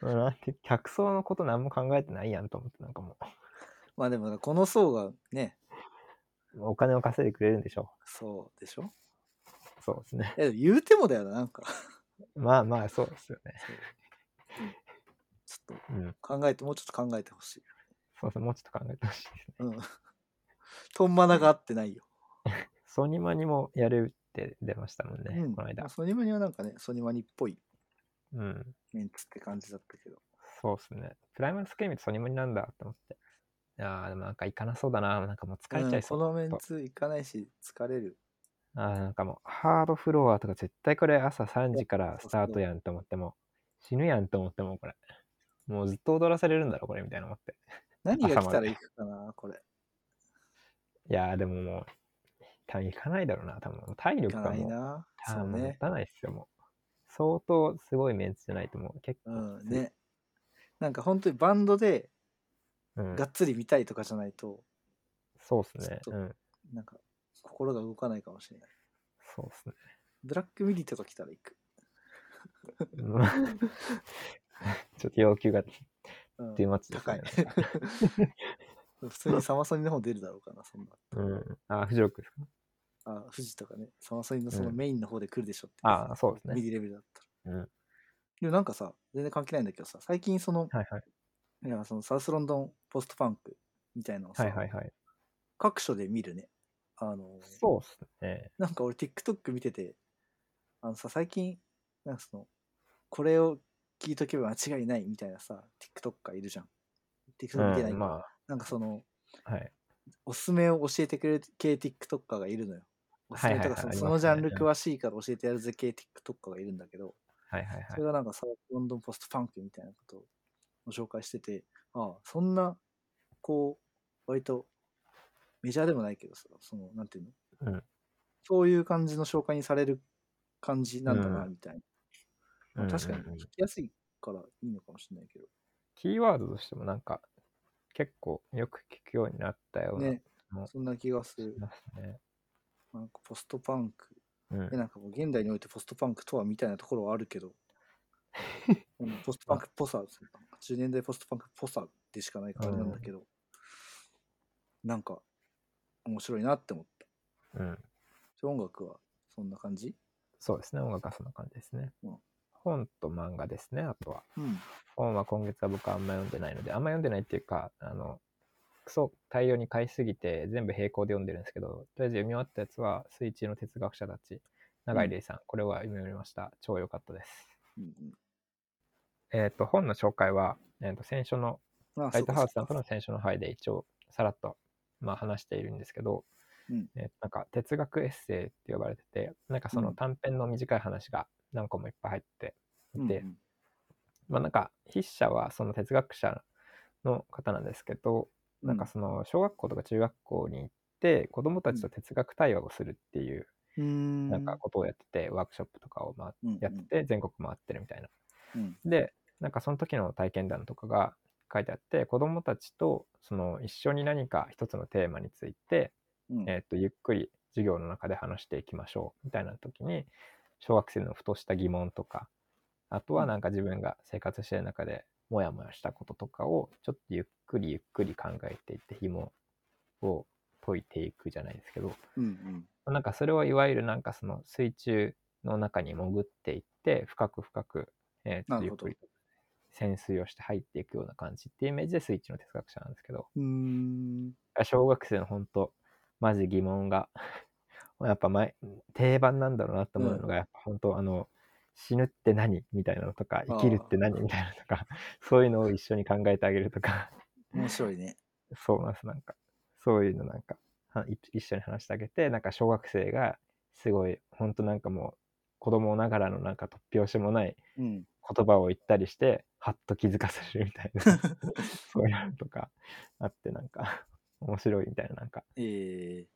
A: まあなんて客層のこと何も考えてないやんと思ってなんかも
B: まあでも、この層がね、
A: うお金を稼いでくれるんでしょ
B: そうでしょ
A: うそうですね
B: え、でも言うてもだよな、なんか。
A: まあまあそうですよね
B: ちょっと
A: うん
B: 考えて、もうちょっと考えてほしい。
A: そうですねもうちょっと考えてほしいですね
B: うん。とんまなが合ってないよ。
A: ソニマにもやるって出ましたもんね、
B: うん
A: この間
B: まあ。ソニマニはなんかね、ソニマニっぽい
A: うん。
B: メンツって感じだったけど。
A: そうですね。プライマルスクリームってソニモニなんだって思って。ああ、でもなんか行かなそうだな。なんかもう疲れちゃいそう。
B: うんこのメンツ行かないし、疲れる。
A: ああ、なんかもうハードフロアとか絶対これ朝3時から
B: そう
A: スタートやんと思っても、死ぬやんと思ってもこれ。もうずっと踊らされるんだろ、これみたいな思って。
B: 何が来た
A: 朝ま
B: ら
A: で
B: 行くかな、これ。
A: いやーでももう、多分行かないだろうな。多分体
B: 行
A: 力
B: か
A: が
B: ない
A: もう、
B: な。
A: 多
B: そう
A: 分もう持
B: ね。
A: たないっすよ、もう。相当すごいメンツじゃないともう結構
B: う
A: きつい
B: ん、ね。なんか本当にバンドで
A: うん
B: がっつり見たいとかじゃないと、
A: そうですね。
B: ちょっ
A: う
B: と
A: ん。
B: なんか心が動かないかもしれない。
A: そうです ね。
B: ブラックミディとか来たら行く。
A: うん ちょっと要求が
B: うん
A: 出ますね
B: 高い
A: それ。
B: 普通にサマソニの方出るだろうかな、そんな。
A: うん。あ、フジロックですか
B: あ、富士とかね、サマソニのその
A: うん
B: メインの方で来るでしょって、
A: あそうですね
B: ミディレベルだったら。
A: うん
B: でもなんかさ、全然関係ないんだけどさ、最近その、
A: はいはい。
B: いやそのサウスロンドンポストパンクみたいなのをさ、
A: はいはいはい。
B: 各所で見るね。あの、
A: そうっすね。
B: なんか俺 TikTok 見てて、あのさ、最近、なんかその、これを聞いとけば間違いないみたいなさ、TikTok がいるじゃん。TikTok 見てないけど、
A: うん、ま
B: なんかその、
A: あ、はい。
B: おすすめを教えてくれる系 TikToker がいるのよ。おすすめとか
A: はいはい
B: そ
A: は
B: の
A: い
B: そ
A: ありますね
B: のジャンル詳しいから教えてやるぜ系 TikToker がいるんだけど、
A: はいはい
B: そ
A: は
B: れがなんかサウスロンドンポストパンクみたいなことを紹介してて、ああ、そんな、こう、割とメジャーでもないけどさ、その、なんていうの、
A: うん
B: そういう感じの紹介にされる感じなんだな、
A: う
B: みたい
A: い。
B: な。確かに
A: うんうんうん
B: 聞きやすいからいいのかもしれないけど。
A: キーワードとしてもなんか、結構よく聞くようになったような。
B: ね
A: もう
B: そんな気がする
A: し。ますね。
B: なんかポストパンク。
A: うん
B: で、なんかもう現代においてポストパンクとはみたいなところはあるけど、 うんポストパンクっぽさ、10年代ポストパンクっぽさでしかないからあれなんだけど、なんか面白いなって思っ
A: う
B: た。
A: ん。
B: じゃあ音楽はそんな感じ
A: そうですね。音楽はそんな感じですね
B: うん。
A: 本と漫画ですね、あとは。
B: うん。
A: 本は今月は僕はあんま読んでないので、あんま読んでないっていうか、あの、クソ大量に買いすぎて全部並行で読んでるんですけど、とりあえず読み終わったやつは、水中の哲学者たち、永井玲さん、これは読みました。超良かったです。
B: うん
A: えっ、と、本の紹介は、えっ、と、選書の、
B: うん、あ
A: ライトハウスさんと
B: そ
A: の
B: うか
A: 選書の範囲で一応、さらっと、まあ、話しているんですけど、
B: うん
A: えーなんか、哲学エッセイって呼ばれてて、なんかそうの
B: ん
A: 短編の短い話が何個もいっぱい入ってい
B: そうか
A: て、
B: うんうん
A: まあ、なんか、筆者はその哲学者の方なんですけど、なんかその、小学校とか中学校に行って、子供たちと哲学対話をするっていう、
B: うん、
A: なんかことをやってて、ワークショップとかを、まあ、
B: うん、
A: やってて、全国回ってるみたいな。
B: うん
A: で、なんかその時の体験談とかが書いてあって、子供たちとその一緒に何か一つのテーマについて、
B: うん
A: えっとゆっくり授業の中で話していきましょうみたいな時に、小学生のふとした疑問とか、あとはなんか自分が生活してる中でモヤモヤしたこととかをちょっとゆっくりゆっくり考えていって紐を解いていくじゃないですけど、
B: うんうん
A: なんかそれはいわゆるなんかその水中の中に潜っていって深く深く、えー
B: な
A: と
B: る
A: ゆっ
B: ほど
A: くり潜水をして入っていくような感じっていうイメージで水中の哲学者なんですけど
B: うーん
A: 小学生の本当マジ疑問が やっぱ前定番なんだろうなと思うのが、やっぱ本当あの死ぬって何みたいなのとか
B: あー
A: 生きるって何みたいなのとかそういうのを一緒に考えてあげるとか
B: 面白いね。
A: そうなんです。なんか、そういうのなんか、はい一緒に話してあげて、なんか小学生が、すごい、ほんとなんかもう、子供ながらのなんか突拍子もない
B: うん、
A: 言葉を言ったりして、はっと気づかされるみたいな、そういうのとかあって、なんか、面白いみたいな、なんか、
B: え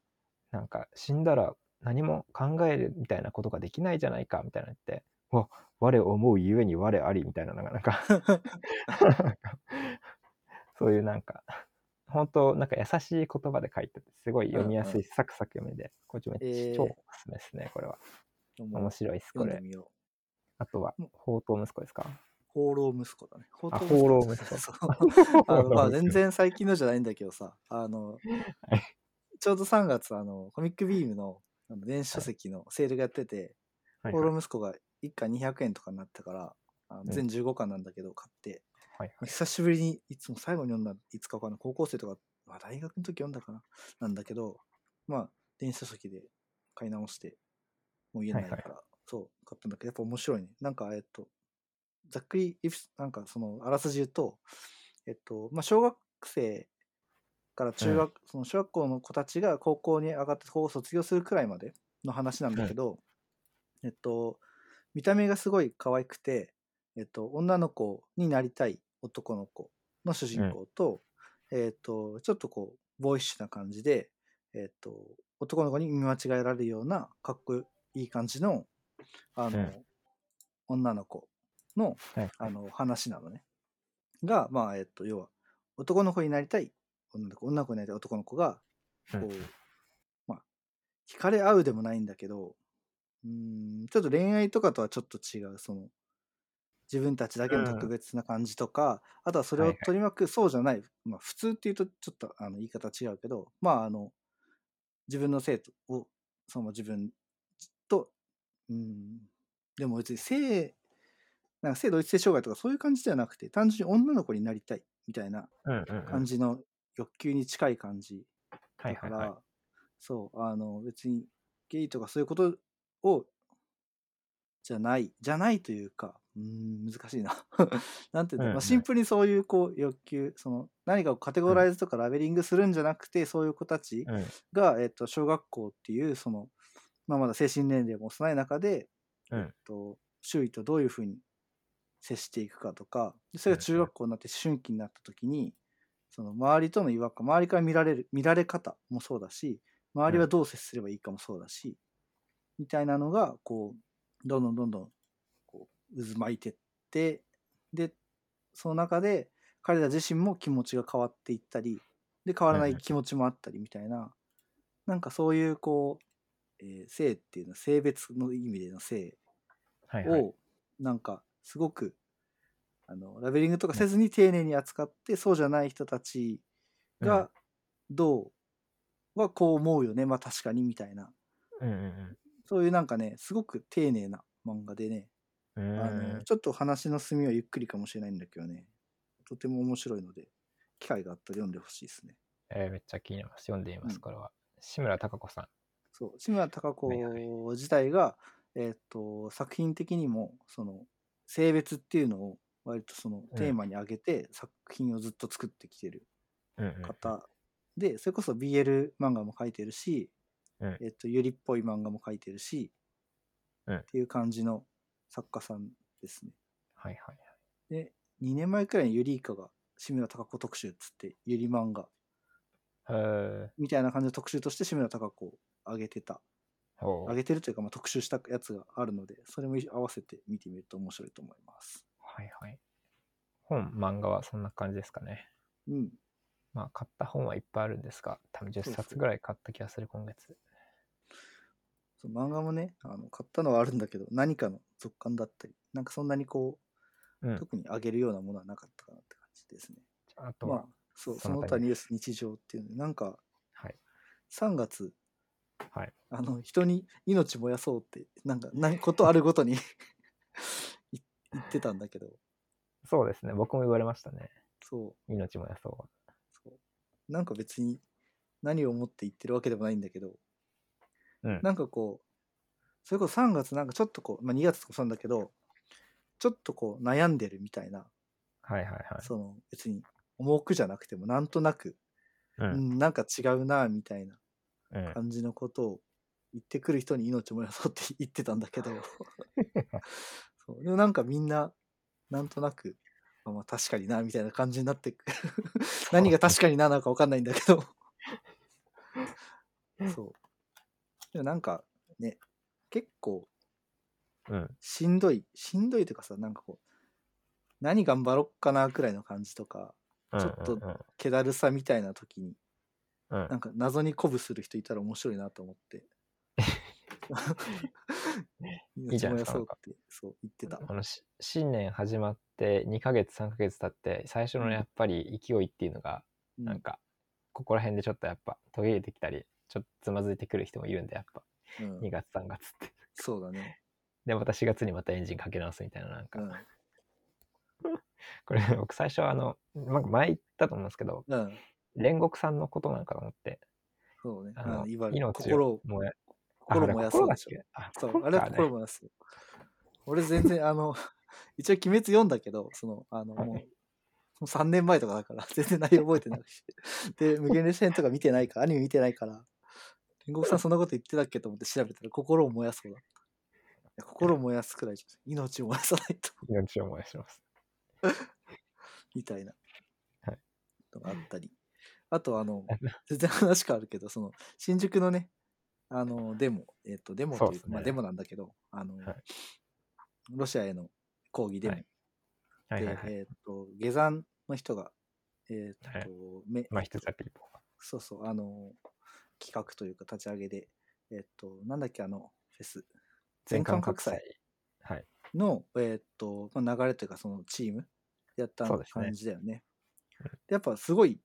A: なんか、死んだら何も考えるみたいなことができないじゃないか、みたいなのって、うわ、我思うゆえに我ありみたいな、なんか、なんか、
B: ー、
A: そういうなんか、本当なんか優しい言葉で書いてて、すごい読みやすい、
B: うんう
A: サクサク読めで、こっちめっち
B: えー
A: ゃ超おすすめですね、これは。面白いです、こ
B: 読んで
A: れ。
B: みよう。
A: あとは
B: うん、
A: 宝刀息子ですか
B: 放浪息子だね。放
A: あ、
B: 浪
A: 放浪息子。
B: そうあのまあ全。然最近のじゃないんだけどさ、あの、
A: はい
B: ちょうど3月、あの、コミックビームのあの電子書籍のセールがやってて、
A: はい
B: ホ
A: はい
B: ロ息子が1巻200円とかになったから、あの
A: ん
B: 全15巻なんだけど買って、
A: はいはい
B: 久しぶりにいつも最後に読んだ、いつかわかんない、高校生とか、まあ、大学の時読んだかな、なんだけど、まあ、電子書籍で買い直して、もう家の中
A: はいは
B: か
A: い
B: ら、そう、買ったんだけど、やっぱ面白いね。なんか、えっと、ざっくり、エピソなんかその、あらすじ言うと、えっと、まあ、小学生から中学、その小学校の子たちが高校に上がって、高校卒業するくらいまでの話なんだけど、えっと、見た目がすごい可愛くて、えっと、女の子になりたい男の子の主人公と、えっと、ちょっとこう、ボーイッシュな感じで、えっと、男の子に見間違えられるような、かっこいい感じの、あの、
A: うん
B: 女の子の、
A: はい
B: あの話なのね。が、まあ、えっと、要は、男の子になりたい女の子、女の子になりたい男の子が、こう、
A: うん
B: まあ、惹かれ合うでもないんだけど、うーん、ちょっと恋愛とかとはちょっと違う、その、自分たちだけの特別な感じとか、あとはそれ
A: は
B: を
A: いはい
B: 取り巻く、そうじゃない、まあ、普通っていうとちょっとあの言い方違うけど、まあ、あの、自分の性とを、その自分と、うん、でも別に性、なんか性同一性障害とかそういう感じではなくて、単純に女の子になりたいみたいな
A: うんうんうん
B: 感じの欲求に近い感じ
A: はい
B: だか
A: はい
B: ら、
A: はい。
B: そう、あの、別にゲイとかそういうことを、じゃない、じゃないというか、うーん、難しいな。 なんていう
A: う
B: の、
A: ん
B: ま
A: う
B: あ、
A: ん
B: シンプルにそういうこう欲求、その何かをカテゴライズとかラベリングするんじゃなくて、そういう子たち
A: うん
B: が、えっと、小学校っていう、その、まあ、まだ精神年齢も幼い中で、
A: うん
B: えっと、周囲とどういうふうに接していくかとか、でそれが中学校になって思春期になった時に、その周りとの違和感、周りから見られる、見られ方もそうだし、周りはどう接すればいいかもそうだし、みたいなのが、こう、どんどんどんどん、こう、渦巻いてって、で、その中で、彼ら自身も気持ちが変わっていったり、で、変わらな
A: う
B: い
A: ん
B: 気持ちもあったりみたいな、なんかそういう、こう、えー性っていうのは性別の意味での性
A: はいはい。
B: をなんかすごくあのラベリングとかせずに丁寧に扱って、そうじゃない人たち
A: うん
B: がどうはこう思うよねまあ確かにみたいな
A: うんうん
B: そういうなんかねすごく丁寧な漫画でね、
A: うん。う
B: あ
A: ー
B: の
A: ん
B: ちょっと話の進みはゆっくりかもしれないんだけどねとても面白いので機会があったら読んでほしいですね
A: えーめっちゃ気になります。読んでいま
B: うん
A: す、これは。志村貴子さん。
B: そう志村貴
A: はいはい
B: 子自体が、えーっと作品的にもその性別っていうのを割とそ
A: う
B: の
A: ん
B: テーマに挙げて作品をずっと作ってきてる
A: うんうん
B: 方でそれこそ BL 漫画も描いてるし、
A: うん
B: えーっとゆりっぽい漫画も描いてるし、
A: うん
B: っていう感じの作家さんですね。
A: はいはいはい。
B: で2年前くらいにゆりいかが志村貴子特集っつってゆり漫画
A: えー
B: みたいな感じの特集として志村貴子を挙げてた
A: ほう
B: 上げてるというか、まあ、特集したやつがあるので、それも合わせて見てみると面白いと思います。
A: はいはい。本、漫画はそんな感じですかね。
B: うん。
A: まあ、買った本はいっぱいあるんですが、多分
B: そう
A: 10
B: そう
A: 冊ぐらい買った気がする、今月。
B: そう漫画もねあの、買ったのはあるんだけど、何かの続刊だったり、なんかそんなにこ
A: う
B: う、
A: ん。
B: 特に上げるようなものはなかったかなって感じですね。
A: あと
B: ま
A: は、
B: あ、そう、そ
A: そ
B: の
A: の
B: 他
A: 他
B: ニ
A: に
B: ュース、日常っていうので、なんか
A: はい。
B: 3月、
A: はい。
B: あの、人に命燃やそうって、なんか、なんことあるごとに い言ってたんだけど、
A: そうですね。僕も言われましたね。
B: そう、
A: 命もやそうは。
B: そうなんか別に何を思って言ってるわけでもないんだけど、
A: うん
B: なんかこうそれこそ3月なんかちょっとこう、まあ、2月とかもそうなんだけどちょっとこう悩んでるみたいな、
A: はいはいはい。
B: その別に重くじゃなくてもなんとなく、
A: う。
B: うんん、なんか違うなみたいな
A: うん。
B: 感じのことを言ってくる人に命燃やそうって言ってたんだけど そうでもなんかみんななんとなく、まあ、まあ確かになみたいな感じになって く何が確かにななのか分かんないんだけ どそうでもなんかね結構
A: うん。
B: しんどいしんどいというかさなんかこう何頑張ろっかなくらいの感じとか
A: うん
B: ちょっと
A: うんうん
B: 気だるさみたいな時に
A: うん
B: なんか謎に鼓舞する人いたら面白いなと思って。
A: いいじゃないですか
B: そうって、そう言ってた。
A: あのし新年始まって2ヶ月3ヶ月経って最初
B: う
A: の
B: ん
A: やっぱり勢いっていうのが
B: う
A: なんかここら辺でちょっとやっぱ途切れてきたりちょっとつまずいてくる人もいるんでやっぱ
B: うん
A: 2月3月って
B: そうだね。
A: でまた4月にまたエンジンかけ直すみたいななんか
B: うん。
A: これ 僕最初あのなんか前言ったと思うんですけど
B: うん。
A: 煉獄さんのことなんかと思って
B: そうね。
A: あの
B: うんいわゆる
A: 命
B: 心
A: を
B: を
A: 燃や
B: 心も安
A: あ
B: い
A: れ
B: で
A: が
B: しょ
A: 好き。あ、
B: そう、あれ
A: れ
B: は心も安い。俺全然、あの、 一応鬼滅読んだけど、その、あの、もう、
A: は
B: も
A: いう
B: 3年前とかだから、 全然内容覚えてないし。で、無限列車編とか見てないから、アニメ見てないから、天国さんそんなこと言ってたっけと思って調べたら、心を燃やそうだった。いや心を燃やすくらいじゃん命を燃やさないと、
A: 命を燃やします。
B: みたいな
A: はい。
B: のがあったり。あと、あの、全然話変わるけど、その、新宿のね、あの、デモ、えっ、と、デモと
A: そ
B: いう
A: う
B: か
A: ですね
B: まあデモなんだけど、あの、
A: はい
B: ロシアへの抗議デモ
A: はいはい
B: で、
A: はいはい。
B: えっ、と、下山の人が、えっ、
A: はい
B: と、め
A: まあ、一つはピーポ
B: そうそう、あの、企画というか立ち上げで、えっ、と、なんだっけ、あの、フェス、全館国際。
A: はい。
B: の、えっ、と、まあ、流れというか、そのチームやった
A: そうですね
B: 感じだよね。でやっぱすごい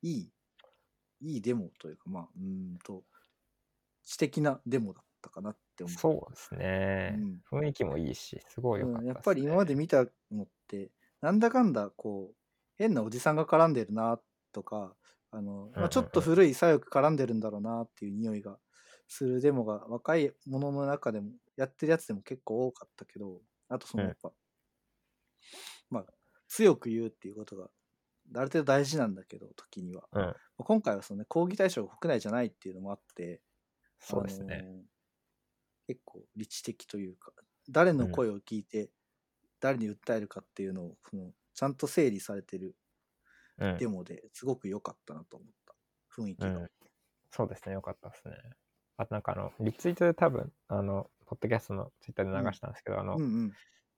B: いい、いいデモというか、まあ、うーんと、知的なデモだったかなって思う。
A: そうですね。雰囲気もいいし、すごい良か
B: う
A: った
B: ん、
A: すね、
B: やっぱり今まで見たのってなんだかんだこう変なおじさんが絡んでるなとかあの、
A: うんうん
B: まあ、ちょっと古い左翼絡んでるんだろうなっていう匂いがするデモが若いものの中でもやってるやつでも結構多かったけどあとその
A: うん
B: やっぱ、まあ強く言うっていうことがある程度大事なんだけど時には
A: うん。
B: 今回はその、ね、抗議対象が国内じゃないっていうのもあって、
A: そうです
B: あ
A: ね。
B: のー結構理知的というか誰の声を聞いて誰に訴えるかっていうのをそのちゃんと整理されてる
A: うん
B: デ。モですごく良かったなと思った雰囲気
A: う
B: が、
A: ん、そうですね、よかったですね。あとなんかあの、リツイートで多分、あの、ポッドキャストのツイッターで流したんですけど、あの、
B: うんうん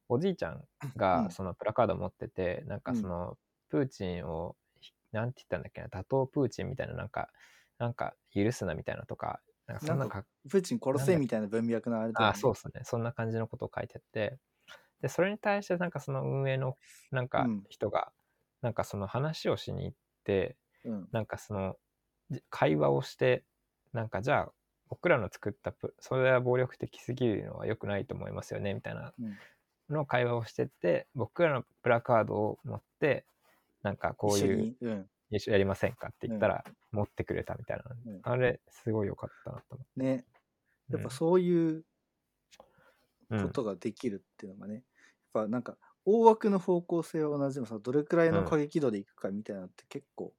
A: おじいちゃん
B: うん
A: がそのプラカード持ってて、なん
B: う
A: か
B: ん
A: その、プーチンを、ひなんて言ったんだっけな、打倒プーチンみたいな、なんか、なんか許すなみたいなとか、なんかそんな
B: なん
A: か
B: プーチン殺せみたいな文脈のあれだよ
A: あ
B: ね
A: そうですね。そんな感じのことを書いてて、で、それに対して、なんかその運営の、なんか
B: うん
A: 人が、なんかその話をしに行って、
B: うん
A: なんかその、じ会話をして、なんかじゃあ、僕らの作ったプ、それは暴力的すぎるのは良くないと思いますよね、みたいな
B: うん
A: の会話をしてて、僕らのプラカードを持って、なんかこう
B: 一緒
A: いう、
B: に、うん
A: 一緒やりませんかって言った
B: うん
A: ら、持ってくれたみたいな。
B: うん
A: あれ、すごい良かったなと思って。
B: ね、やっぱ
A: うん
B: そういう
A: うん
B: ことができるっていうのがね、やっぱなんか大枠の方向性は同じでもさどれくらいの過激度でいくかみたいなのって結構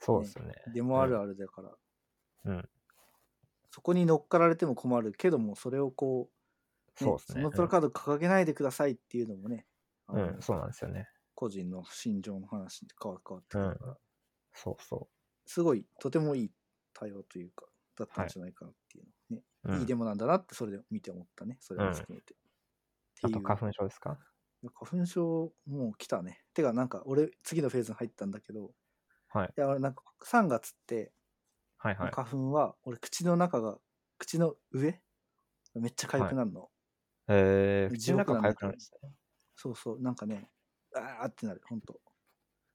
A: そうですよね。
B: デモあるあるだから、
A: うん。
B: そこに乗っかられても困るけどもそれをこう,、
A: そうですね。
B: のプラカード掲げないでくださいっていうのもね、あ
A: う
B: の
A: ん、そうなんですよね。
B: 個人の心情の話に変わ変わってく
A: う
B: る
A: ん
B: から、。
A: そうそ
B: すごいとてもいい対応というかだったんじゃないかなっていうのね、
A: う。うん
B: いいデモなんだなってそれで見て思ったねそれも含めて、
A: あ
B: ってい
A: と
B: う
A: 花粉症ですか
B: 花粉症もう来たねてかなんか俺次のフェーズに入ったんだけど
A: はい。
B: いや俺なんか3月って
A: はいはい。
B: 花粉は俺口の中が口の上めっちゃ痒くなるの、
A: えー、口
B: 地
A: の
B: 獄
A: 中
B: なんだ
A: 痒
B: け
A: く
B: ど
A: なるんですね。
B: そうそう、なんかね、あーってなる、ほんと。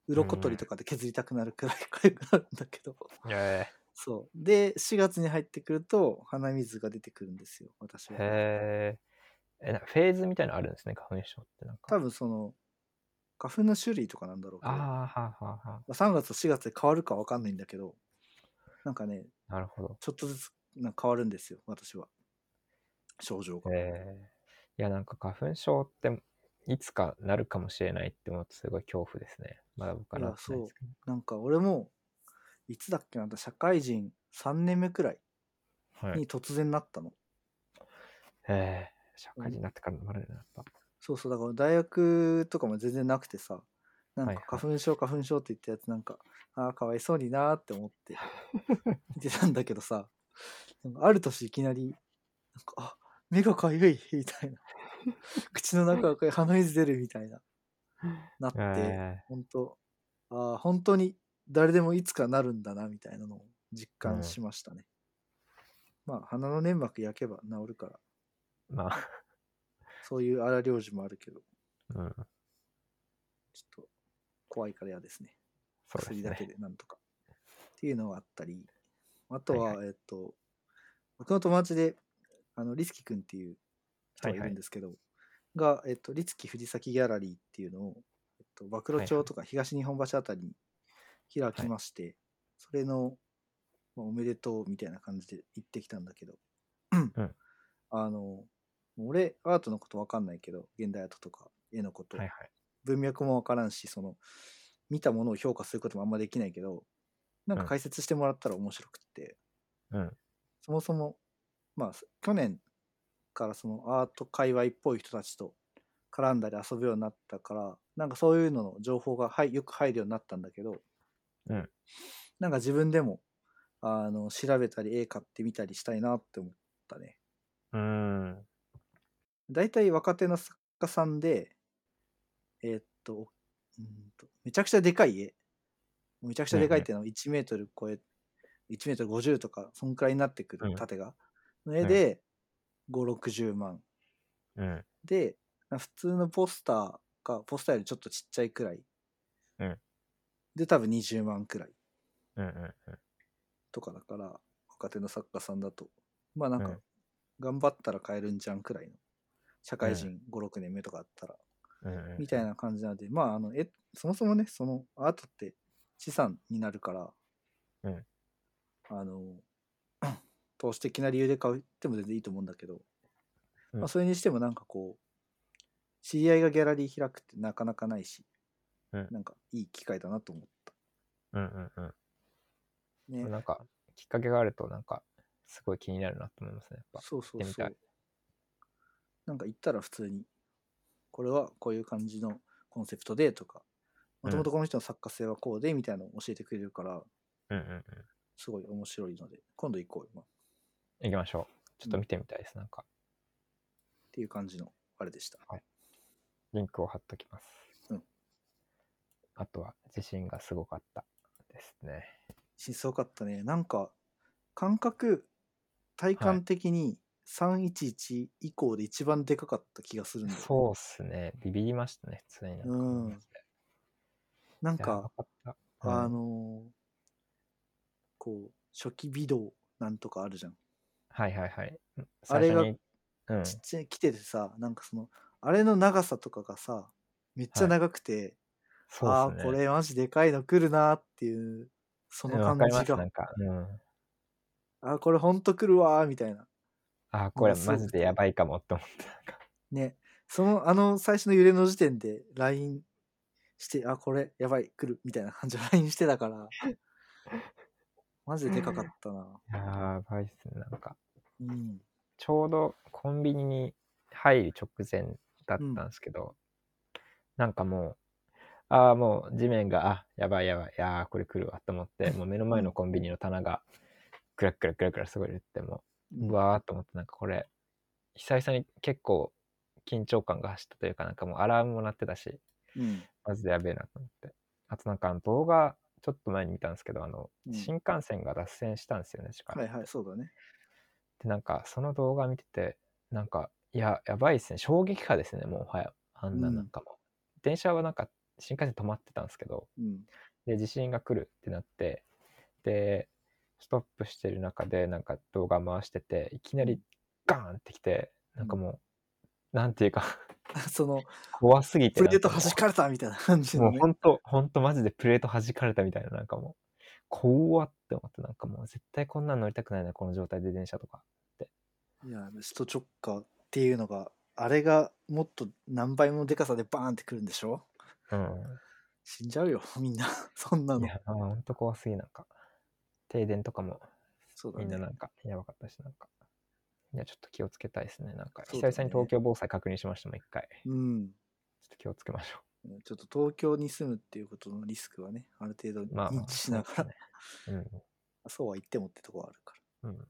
B: 鱗取りとかで削りたくなるくらい痒くなるんだけど。
A: え
B: そう。で、4月に入ってくると、鼻水が出てくるんですよ、私
A: ー、
B: は。
A: へーえなんかフェーズみたいなのあるんですね、花粉症ってなんか。
B: 多分その、花粉の種類とかなんだろうけ
A: あ
B: ど、
A: あ
B: ま
A: ー、はあはあは
B: あ3月と4月で変わるかわかんないんだけど、なんかね、
A: あ。なるほど。
B: ちょっとずつなんか変わるんですよ、私は。症状が。
A: えー、いや、なんか花粉症って、いつかなるかもしれないって思うとすごい恐怖ですね。まだ僕はなってないですけど。
B: なんか俺も、いつだっけな、社会人3年目くらい
A: はい。
B: に突然なったの。
A: えー、社会人になってから生まれるなやっぱ。
B: そうそうだから大学とかも全然なくてさなん
A: はい
B: か
A: はい
B: 花粉症花粉症って言ったやつなんかああかわいそうになーって思って 見てたんだけどさなんかある年いきなりなんかあ目がかゆいみた いな口の中がかゆい鼻水出るみたいななって、
A: え
B: 本当ああ本当に誰でもいつかなるんだなみたいなのを実
A: うん
B: 感しましたね、まあ鼻の粘膜焼けば治るから
A: ー、まあ、
B: そういう荒療治もあるけど
A: うん、
B: ちょっと怖いから嫌ですね。
A: そうです
B: 薬だけ
A: ね。
B: でなんとか。っていうのがあったり、あとは、
A: はい
B: えっと、僕の友達で、あの、リツキ君っていう人がい
A: はいは
B: る
A: い
B: んですけど、が、えっと、リツキ藤崎ギャラリーっていうのを、えっと、暴露
A: はいは
B: 町
A: い
B: とか東日本橋あたりに開きまして、それの、まあおめでとうみたいな感じで行ってきたんだけど、
A: うん
B: あの俺アートのこと分かんないけど現代アートとか絵のこと、
A: はいはい。
B: 文脈も分からんしその見たものを評価することもあんまできないけどなんか
A: うん
B: 解説してもらったら面白くって、
A: うん。
B: そもそもまあ去年からそのアート界隈っぽい人たちと絡んだり遊ぶようになったからなんかそういうのの情報がはいよく入るようになったんだけど、
A: うん
B: なんか自分でもあの調べたり絵買ってみたりしたいなって思ったね。
A: うーん。
B: 大体若手の作家さんで、えーっと、うーんと、めちゃくちゃでかい絵。めちゃくちゃでかいっていうのは1メートル超え、1メートル50とか、そんくらいになってく
A: うん
B: る、縦が。の絵で、5、60万。
A: うん。
B: で、普通のポスターか、ポスターよりちょっとちっちゃいくらい。
A: うん
B: で、多分20万くらい
A: うん。うん。
B: とかだから、若手の作家さんだと。まあなん
A: う
B: か
A: ん、
B: 頑張ったら買えるんじゃんくらいの。社
A: う
B: 会
A: ん
B: 人5、6年目とかあったら。
A: うん。
B: みたいな感じなので、まあ、あの、え、そもそもね、そのアートって資産になるから、
A: うん
B: あの、 投資的な理由で買っても全然いいと思うんだけど、
A: うん
B: まあ、それにしてもなんかこう、知り合いがギャラリー開くってなかなかないし、
A: うん
B: なんかいい機会だなと思った。
A: うん。うん。うん。
B: ね。
A: なんか、きっかけがあると、なんか、すごい気になるなと思いますね。やっぱ。
B: そう
A: 行
B: そ
A: っ
B: う
A: てみ
B: そ
A: た
B: う
A: い。
B: なんか行ったら普通に、これはこういう感じのコンセプトでとか、
A: うん
B: もともとこの人の作家性はこうでみたいなのを教えてくれるから、
A: うんうんうん。
B: すごい面白いので、今度行こうよ、まあ、っ
A: 行きましょう。ちょっと見てみたいです。なんか、
B: ていう感じのあれでした。
A: リンクを貼っときます。
B: うん
A: あとは、地震がすごかったですね。
B: しすごかったね。なんか、感覚、体感的に311以降で一番でかかった気がするんだよね
A: そうっすね。ビビりましたね、普通になんか。
B: う
A: マ
B: ん
A: ジで
B: なん
A: やば
B: か、
A: った
B: あ
A: うん
B: のーこう、初期微動なんとかあるじゃん。
A: はいはいはい。
B: あれ
A: 最
B: が
A: 初にうん。
B: ちっちゃい、来ててさ、なんかその、あれの長さとかがさ、めっちゃ長くて、あ
A: そ
B: あ
A: うです
B: ー、
A: ね。
B: これマジでかいの来るなーっていう、その
A: うん
B: 感
A: わかりま
B: じ
A: す
B: が、
A: なんか、うん。
B: ああ、これほんと来るわーみたいな。
A: あー、これ
B: すご
A: マ
B: く
A: ジでやばいかもって思って、なんか、
B: ね、その、あの、最初の揺れの時点で LINE して、あ、これ、やばい、来る、みたいな感じで LINE してたから、マジででかかったな。
A: やばいっすね。なんか、
B: うん。
A: ちょうどコンビニに入る直前だったんですけど、なんかもう、ああ、もう地面が、あやばいやばい、いやーこれ来るわと思って、もう目の前のコンビニの棚が、クラクラクラクラすごい言って、もう、うわーっと思って、なんかこれ、久々に結構緊張感が走ったというか、なんかもうアラームも鳴ってたし、
B: うん。
A: マジでやべえなと思って。あとなんかあの動画、ちょっと前に見たんですけど、あの、
B: うん
A: 新幹線が脱線したんですよね、しかも
B: はいはい、そうだね。
A: で、なんか、その動画見てて、なんか、いや、やばいですね。衝撃波ですね、もう、はや。あんな、
B: うん
A: なんかもう。電車はなんか、新幹線止まってたんですけど、
B: うん。
A: で、地震が来るってなって、で、ストップしてる中で、なんか動画回してて、いきなりガーンってきて、なんかもう、なんていうか、
B: その、
A: 怖すぎて。
B: プレート
A: なん
B: 弾
A: かもう
B: かれたみたいな 感じ
A: も
B: の
A: う
B: ね。
A: ほんと、ほんとマジでプレート弾かれたみたいな、なんかもう、怖って思って、なんかもう絶対こんなん乗りたくないな、この状態で電車とか。
B: いや、首都直下っていうのが、あれがもっと何倍ものでかさでバーンって来るんでしょ
A: うん。
B: 死んじゃうよ、 みんな。そんないの。
A: や、あーほんと怖すぎ、なんか。停電とかも、
B: そうだ
A: みんなな
B: ね。
A: んか、やばかったし、なんか。いや、ちょっと気をつけたいですね。なんか、
B: そ
A: 久
B: うだ
A: 々
B: ね
A: に東京防災確認しましたもん、一回。ちょ
B: うん。
A: っと気をつけましょ
B: ちょっと東京に住むっていうことのリスクはね、ある程度
A: う。まあ、
B: 認知しながら、
A: そうですね。
B: そうは言ってもってとこはあるから。
A: うん。うん。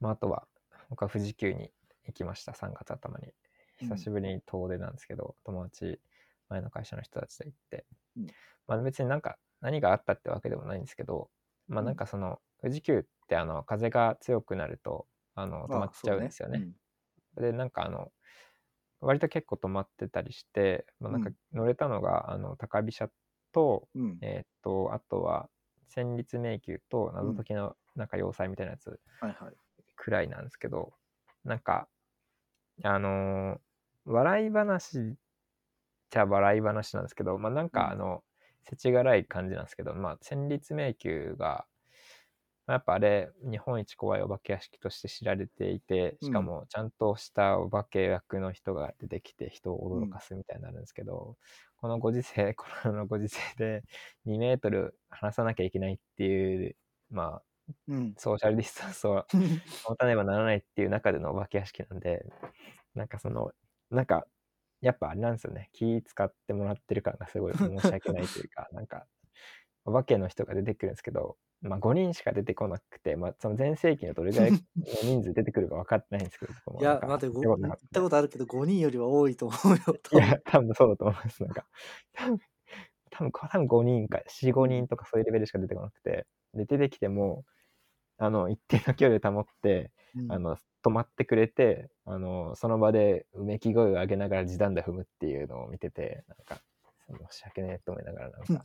A: まあ、あとは、僕は富士急に行きました、3月頭に。
B: うん
A: 久しぶりに遠出なんですけど、友達、前の会社の人たちと行って、
B: うん
A: まあ別になんか何があったってわけでもないんですけど、まあなんかその、富士急ってあの風が強くなると、あの止まっちゃうんですよね。。で、なんかあの、割と結構止まってたりして、まあ、なんか
B: うん
A: 乗れたのが、あの高飛車と、
B: うん。うん
A: えーっと、あとは戦慄迷宮と謎解きのなんか要塞みたいなやつ
B: はいはい。
A: くらいなんですけど、なんか、あのー笑い話じゃ笑い話なんですけど、まあなん
B: うん
A: かあの、世知辛い感じなんですけど、まあ戦慄迷宮が、まあやっぱあれ、日本一怖いお化け屋敷として知られていて、しか
B: うん
A: もちゃんとしたお化け役の人が出てきて人を驚かすみたいになるんですけど、このご時世、 コロナのご時世で2メートル離さなきゃいけないっていう、まあ、
B: うん。
A: ソーシャルディスタンスを持たねばならないっていう中でのお化け屋敷なんで、なんかその、なんか、やっぱあれなんですよね、気使ってもらってる感がすごい申し訳ないという か、なんか、お化けの人が出てくるんですけど、まあ5人しか出てこなくて、まあその全盛期のどれぐらいの人数出てくるか分かってないんですけど、僕も
B: い
A: なん
B: や、
A: か
B: 待って、
A: 見たこ
B: ご
A: とな
B: 言っ
A: かった
B: たことあるけど、5人よりは多いと思うよ。
A: いや、多分そうだと思います。なんか、多分多分こ多分5人か、4、5人とかそういうレベルしか出てこなくて、で、出てきても、あの、一定の距離を保って、
B: うん
A: あの、止まってくれて、あの、その場でうめき声を上げながら地団打踏むっていうのを見てて、なんか、申し訳ねえと思いながら、なん か、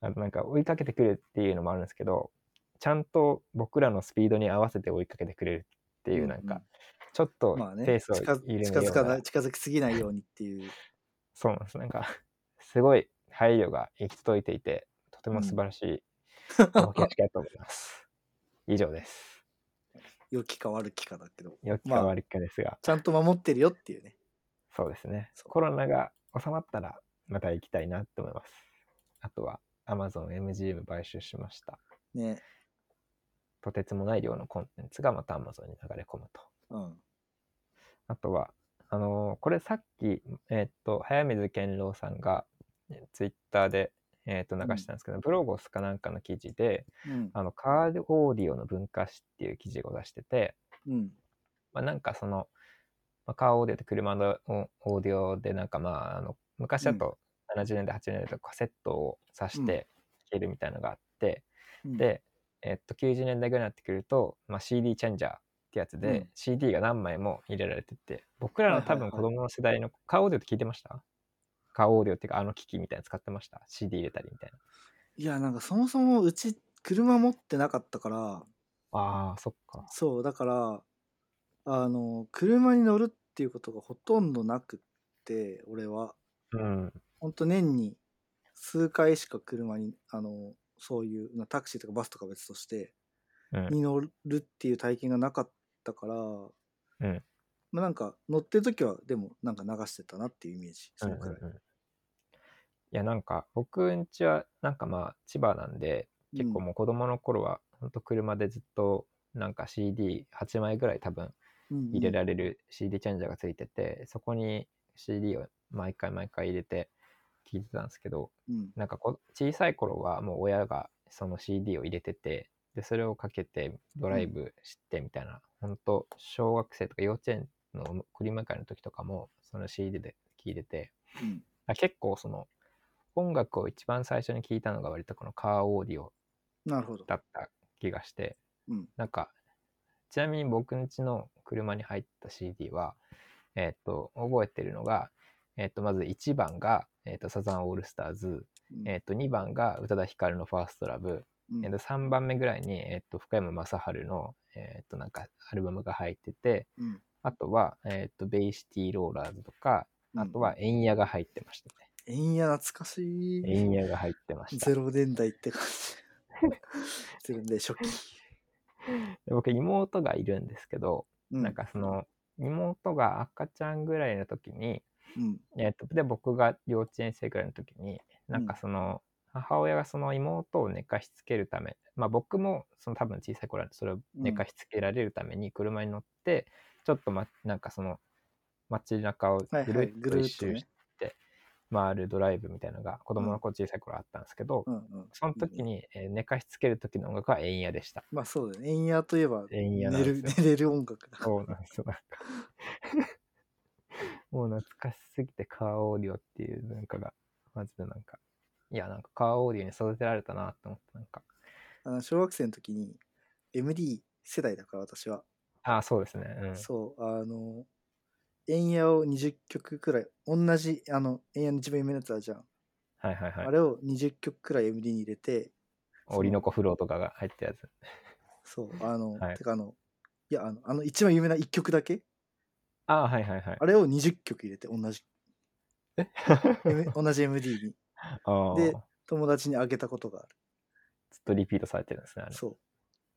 A: あのなんか追いかけてくるっていうのもあるんですけど、ちゃんと僕らのスピードに合わせて追いかけてくれるっていう、なんか、ちょっと
B: うん、まあね、
A: ペース
B: 近
A: を緩めよ
B: 近
A: う
B: づか
A: な
B: ない、近づきすぎないようにっていう。
A: そうなんです。なんか、すごい配慮が行き届いていて、とても素晴らし いおけしかと思います。以上です。
B: 良きか悪きかだけど、
A: 良き
B: ま
A: か
B: あ
A: 悪きかですが、
B: ちゃんと守ってるよっていうね。
A: そうですね
B: そ。う
A: コロナが収まったら、また行きたいなと思います。あとは、Amazon MGM 買収しました。
B: ね。
A: とてつもない量のコンテンツがまた Amazon に流れ込むと。
B: うん。
A: あとは、あのーこれさっき、えーっと、早水健郎さんが、ツイッターで、えーっと、流したんですけど、ブロゴスかなんかの記事で、
B: うん。
A: あの、カーオーディオの文化史っていう記事を出してて、
B: うん。
A: まあ、なんかその、まあ、カーオーディオって車のオオーディオで、なんかまあ、あの昔だと70年代、80年代とカセットを挿して聴けるみたいなのがあって、
B: うん、
A: で、えっと、90年代ぐらいになってくると、まあ、CD チェンジャーってやつで、
B: うん
A: CD が何枚も入れられてて、僕ら
B: は
A: の
B: いは
A: 多
B: いはい
A: 分子供の世代の、カーオーディオって聞いてましたカーオーディオっていうか、あの機器みたいなの使ってました ?CD 入れたりみたいな。
B: いや、なんかそもそもうち、車持ってなかったから、
A: ああ、そっか。
B: そう、だから、あの、車に乗るっていうことがほとんどなくって、俺は。
A: うん。
B: ほんと年に数回しか車に、あの、そういう、なタクシーとかバスとか別として、
A: うん、
B: に乗るっていう体験がなかったから、
A: ん
B: まあなんか乗ってる時はでもなんか流してたなっていうイメージそのくらい、
A: うんうんうんいやなんか僕んちはなんかまあ千葉なんで結構もう子供の頃はほんと車でずっとなんか CD8 枚ぐらい多分
B: うん
A: 入れられる CD チェンジャーがついてて、そこに CD を毎回毎回入れて聴いてたんですけど
B: うん
A: なんかこ小さい頃はもう親がその CD を入れててでそれをかけてドライブしてみたいな、ほんと小学生とか幼稚園の送り迎えの時とかもその CD で聴いてて
B: うん
A: あ結構その音楽を一番最初に聞いたのが割とこのカーオーディオ
B: なるほど
A: だった気がして、
B: うん
A: なんかちなみに僕んちの車に入った CD はえっ、と覚えてるのがえっ、とまず1番が、えっとサザンオールスターズ、
B: うん
A: えっと2番が宇多田ヒカルの「ファーストラブ、
B: うん
A: えっと3番目ぐらいに、えっと福山雅治の、えっとなんかアルバムが入ってて
B: うん
A: あとは、えっとベイシティローラーズとか
B: うん
A: あとはエンヤが入ってましたね。
B: えんや懐かしい
A: 円ンヤが入ってました
B: ゼ。ロ年代って感じゼロ年代初期、
A: で僕、妹がいるんですけど、
B: う
A: なんかその、妹が赤ちゃんぐらいの時に、
B: うん
A: えっと、で、僕が幼稚園生ぐらいの時に、なんかその、母親がその妹を寝かしつけるため、まあ僕もその多分小さい頃はそれを寝かしつけられるために車に乗って、ちょっとま、なんかその、街中を
B: はい
A: ぐ
B: は
A: る
B: い
A: っ
B: ぐ
A: と
B: る
A: 一
B: っと
A: 周
B: ね
A: して回るドライブみたいなのが子供の頃小さい頃あったんですけど、
B: うんうん
A: その時にえー寝かしつける時の音楽は円夜でした。
B: まあそうだねえんやといえば
A: 円
B: 寝
A: 夜なんです
B: る
A: よ。
B: 寝れる音楽だから
A: そうなんですよ。なんかもう懐かしすぎてカーオーディオっていう文化が、マジでなんか、いや、なんかカーオーディオに育てられたなと思って、なんか、
B: あの小学生の時に MD 世代だから私は
A: ああ、そうですね。うん。
B: そう、あの、円ンを20曲くらい、同じ、あの、円ンの一番有名なやつあるじゃん。
A: はいはいはい
B: あ。れを20曲くらい MD に入れて、
A: オリノコフローとかが入ったやつ。
B: そう、あの、
A: はい
B: てかあの、いや、あの、あの一番有名な1曲だけ、
A: ああ、はいはいはい。
B: あれを20曲入れて、同じ、
A: え
B: M- 同じ MD に
A: ああ。
B: で友達にあげたことがある。
A: ずっとリピートされてるんですね、あれ。
B: そう。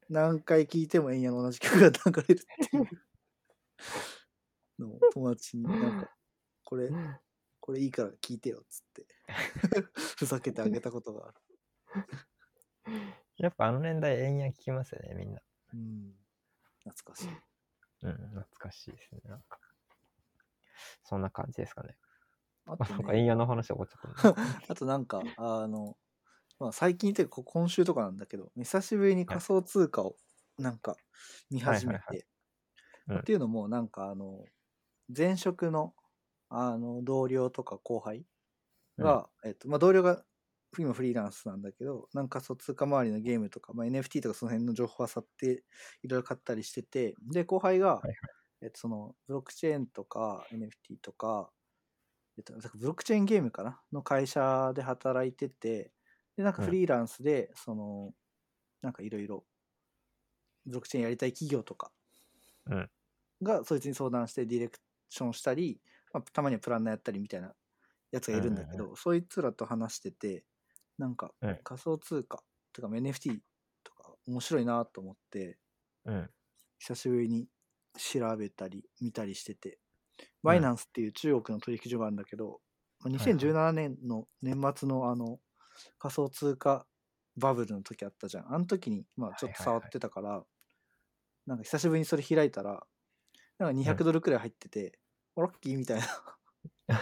B: 何回聴いてもえんやの同じ曲が流れるってい うのを友達になんか、これ、これいいから聴いてよっつって、 ふざけてあげたことがある。
A: やっぱあの年代、円安聞きますよね、みんな。
B: うん。懐かしい。
A: うん、懐かしいですね、なんか。そんな感じですかね。
B: あ
A: あ
B: と
A: なんか
B: ね
A: 円安の話は終わっちゃったな。
B: あとなんか、あの、まあ、最近というか、こ今週とかなんだけど、久しぶりに仮想通貨をなんか見始め
A: はいはい
B: て。
A: うん
B: っていうのも、なんかあの、前職のあの同僚とか後輩が、えっと、まあ、同僚が今フリーランスなんだけど、なんか仮想通貨周りのゲームとか、まあ、NFT とかその辺の情報を漁って、いろいろ買ったりしてて、で、後輩が、
A: はいはい
B: えっと、その、ブロックチェーンとか NFT とか、えっと、なんかブロックチェーンゲームかなの会社で働いてて、で、なんか
A: うん
B: フリーランスで、その、なんかいろいろ、ブロックチェーンやりたい企業とか
A: うん
B: が、そいつに相談してディレクションしたり、まあ、たまにはプランナーやったりみたいなやつがいるんだけど、そいつらと話してて、なんか
A: うん
B: 仮想通貨、とかまあ NFT とか面白いなと思って、
A: うん。
B: 久しぶりに調べたり見たりしてて、
A: うん
B: バイナンスっていう中国の取引所があるんだけど、まあ
A: いはい
B: 2017年の年末のあの仮想通貨バブルの時あったじゃん。あの時にまあちょっと触ってたから、なんか久しぶりにそれ開いたら、なんか
A: う
B: 200ドルくらい入っ てて、おラッキーみたいな。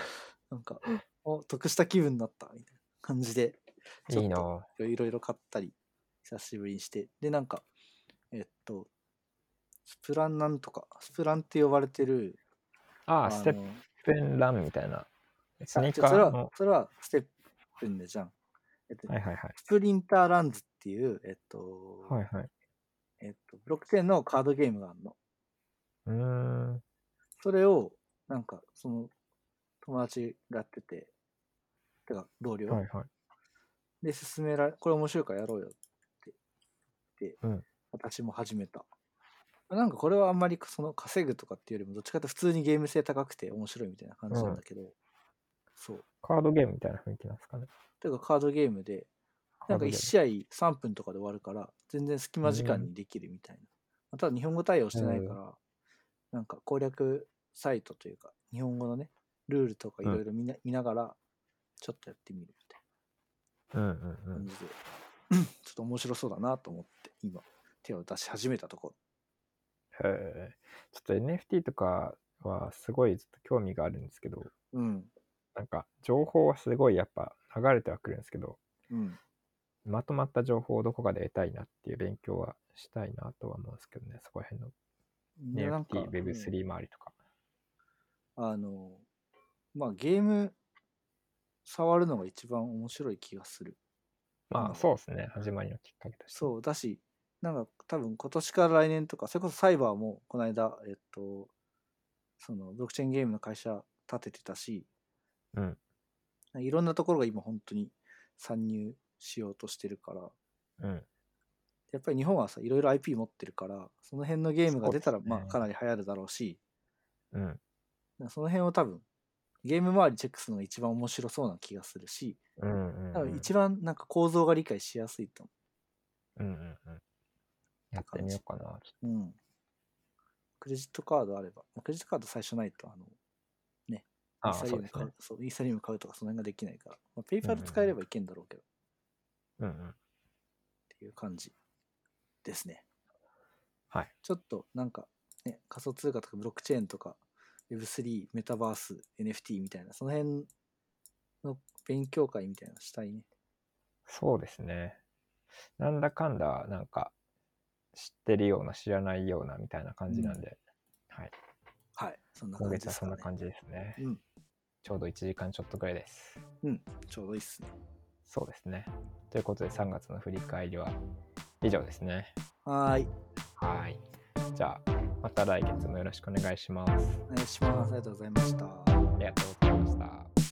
B: なんか、お、得した気分だったみたいな感じで、 ちょっと
A: いいなぁ
B: いろいろ買ったり、久しぶりにして。で、なんか、えっと、スプランなんとか、スプランって呼ばれてる、
A: あ
B: あ
A: あ、ステッ
B: の
A: プンランみたいな。スニーカ
B: あそれ
A: ー
B: は
A: の。、
B: それはステップンでじゃん。えっと
A: はいはいはい。
B: スプリンターランズっていう、えっと、
A: はいはい。
B: えっと、ブロックチェーンのカードゲームがあるの。
A: うーん。
B: それを、なんか、その、友達がやってて、てか、同僚、
A: はいはい。
B: で、勧められ、これ面白いからやろうよって言って、
A: うん
B: 私も始めた。なんかこれはあんまりその稼ぐとかっていうよりも、どっちかって普通にゲーム性高くて面白いみたいな感じなんだけど、そう。
A: カードゲームみたいな雰囲気なんですかね。
B: ていうかカードゲームで、なんか1
A: 緒。
B: 試合3分とかで終わるから、全然隙間時間
A: うん
B: にできるみたいな。まあただ日本語対応してないから、なんか攻略サイトというか、日本語のね、ルールとかいろいろ見な見ながら、ちょっとやってみるみたいな。
A: うんうんうん
B: 感。じで、ちょっと面白そうだなと思って、今、手を出し始めたとこ
A: へえ。ちょっと NFT とかはすごいちょっと興味があるんですけど、
B: ろ。うん。
A: なんか情報はすごいやっぱ流れてはくるんですけど、
B: うん。
A: まとまった情報をどこかで得たいなっていう勉強はしたいなとは思うんですけどね、そこら辺の
B: でなんか
A: NFT、Web3 周りとか。
B: うんあの、まあゲーム、触るのが一番面白い気がする。
A: ま
B: うん
A: あそうですね、始まりのきっかけとして。
B: そう、だし、なんか多分今年から来年とか、それこそサイバーもこの間、えっと、そのブロックチェーンゲームの会社立ててたし、
A: うん。
B: いろんなところが今本当に参入しようとしてるか
A: う
B: ら、
A: ん。
B: やっぱり日本はさいろいろ IP 持ってるからその辺のゲームが出たら、
A: そうですね
B: まあかなり流行るだろうし
A: うん。
B: その辺を多分ゲーム周りチェックするのが一番面白そうな気がするし
A: うんうん
B: 多
A: う
B: 分
A: ん。
B: 一番なんか構造が理解しやすいと
A: うんうんうん。やってみようかな。ちょっ
B: 思う、うん、クレジットカードあればまあクレジットカード最初ないとあの
A: とあ
B: イ
A: あ、
B: ー
A: そ
B: サリ
A: う
B: アム
A: です
B: 買
A: ね
B: う。そうイーサリアム買うとかその辺ができないから、まあ、ペイパ
A: うん
B: ル
A: うん
B: 使えればいけんだろうけど、
A: うんうん。
B: っていう感じですね
A: はい。
B: ちょっとなんか、ね、仮想通貨とかブロックチェーンとか Web3、メタバース、NFT みたいな、その辺の勉強会みたいなのしたいね。
A: そうですね。なんだかんだ、なんか、知ってるような、知らないようなみたいな感じなんで、はい。
B: はい、そんな
A: 今
B: 感じ
A: 月
B: で
A: はそ
B: すか
A: ん
B: ね
A: な。感じですね。
B: うん、
A: ちょうど1時間ちょっとぐらいです。
B: うん、ちょうどいいっすね。
A: そうですね。ということで、3月の振り返りは以上ですね。
B: はーい、
A: はい。じゃあ、また来月もよろしくお願いします。
B: お願いします。ありがとうございました。
A: ありがとうございました。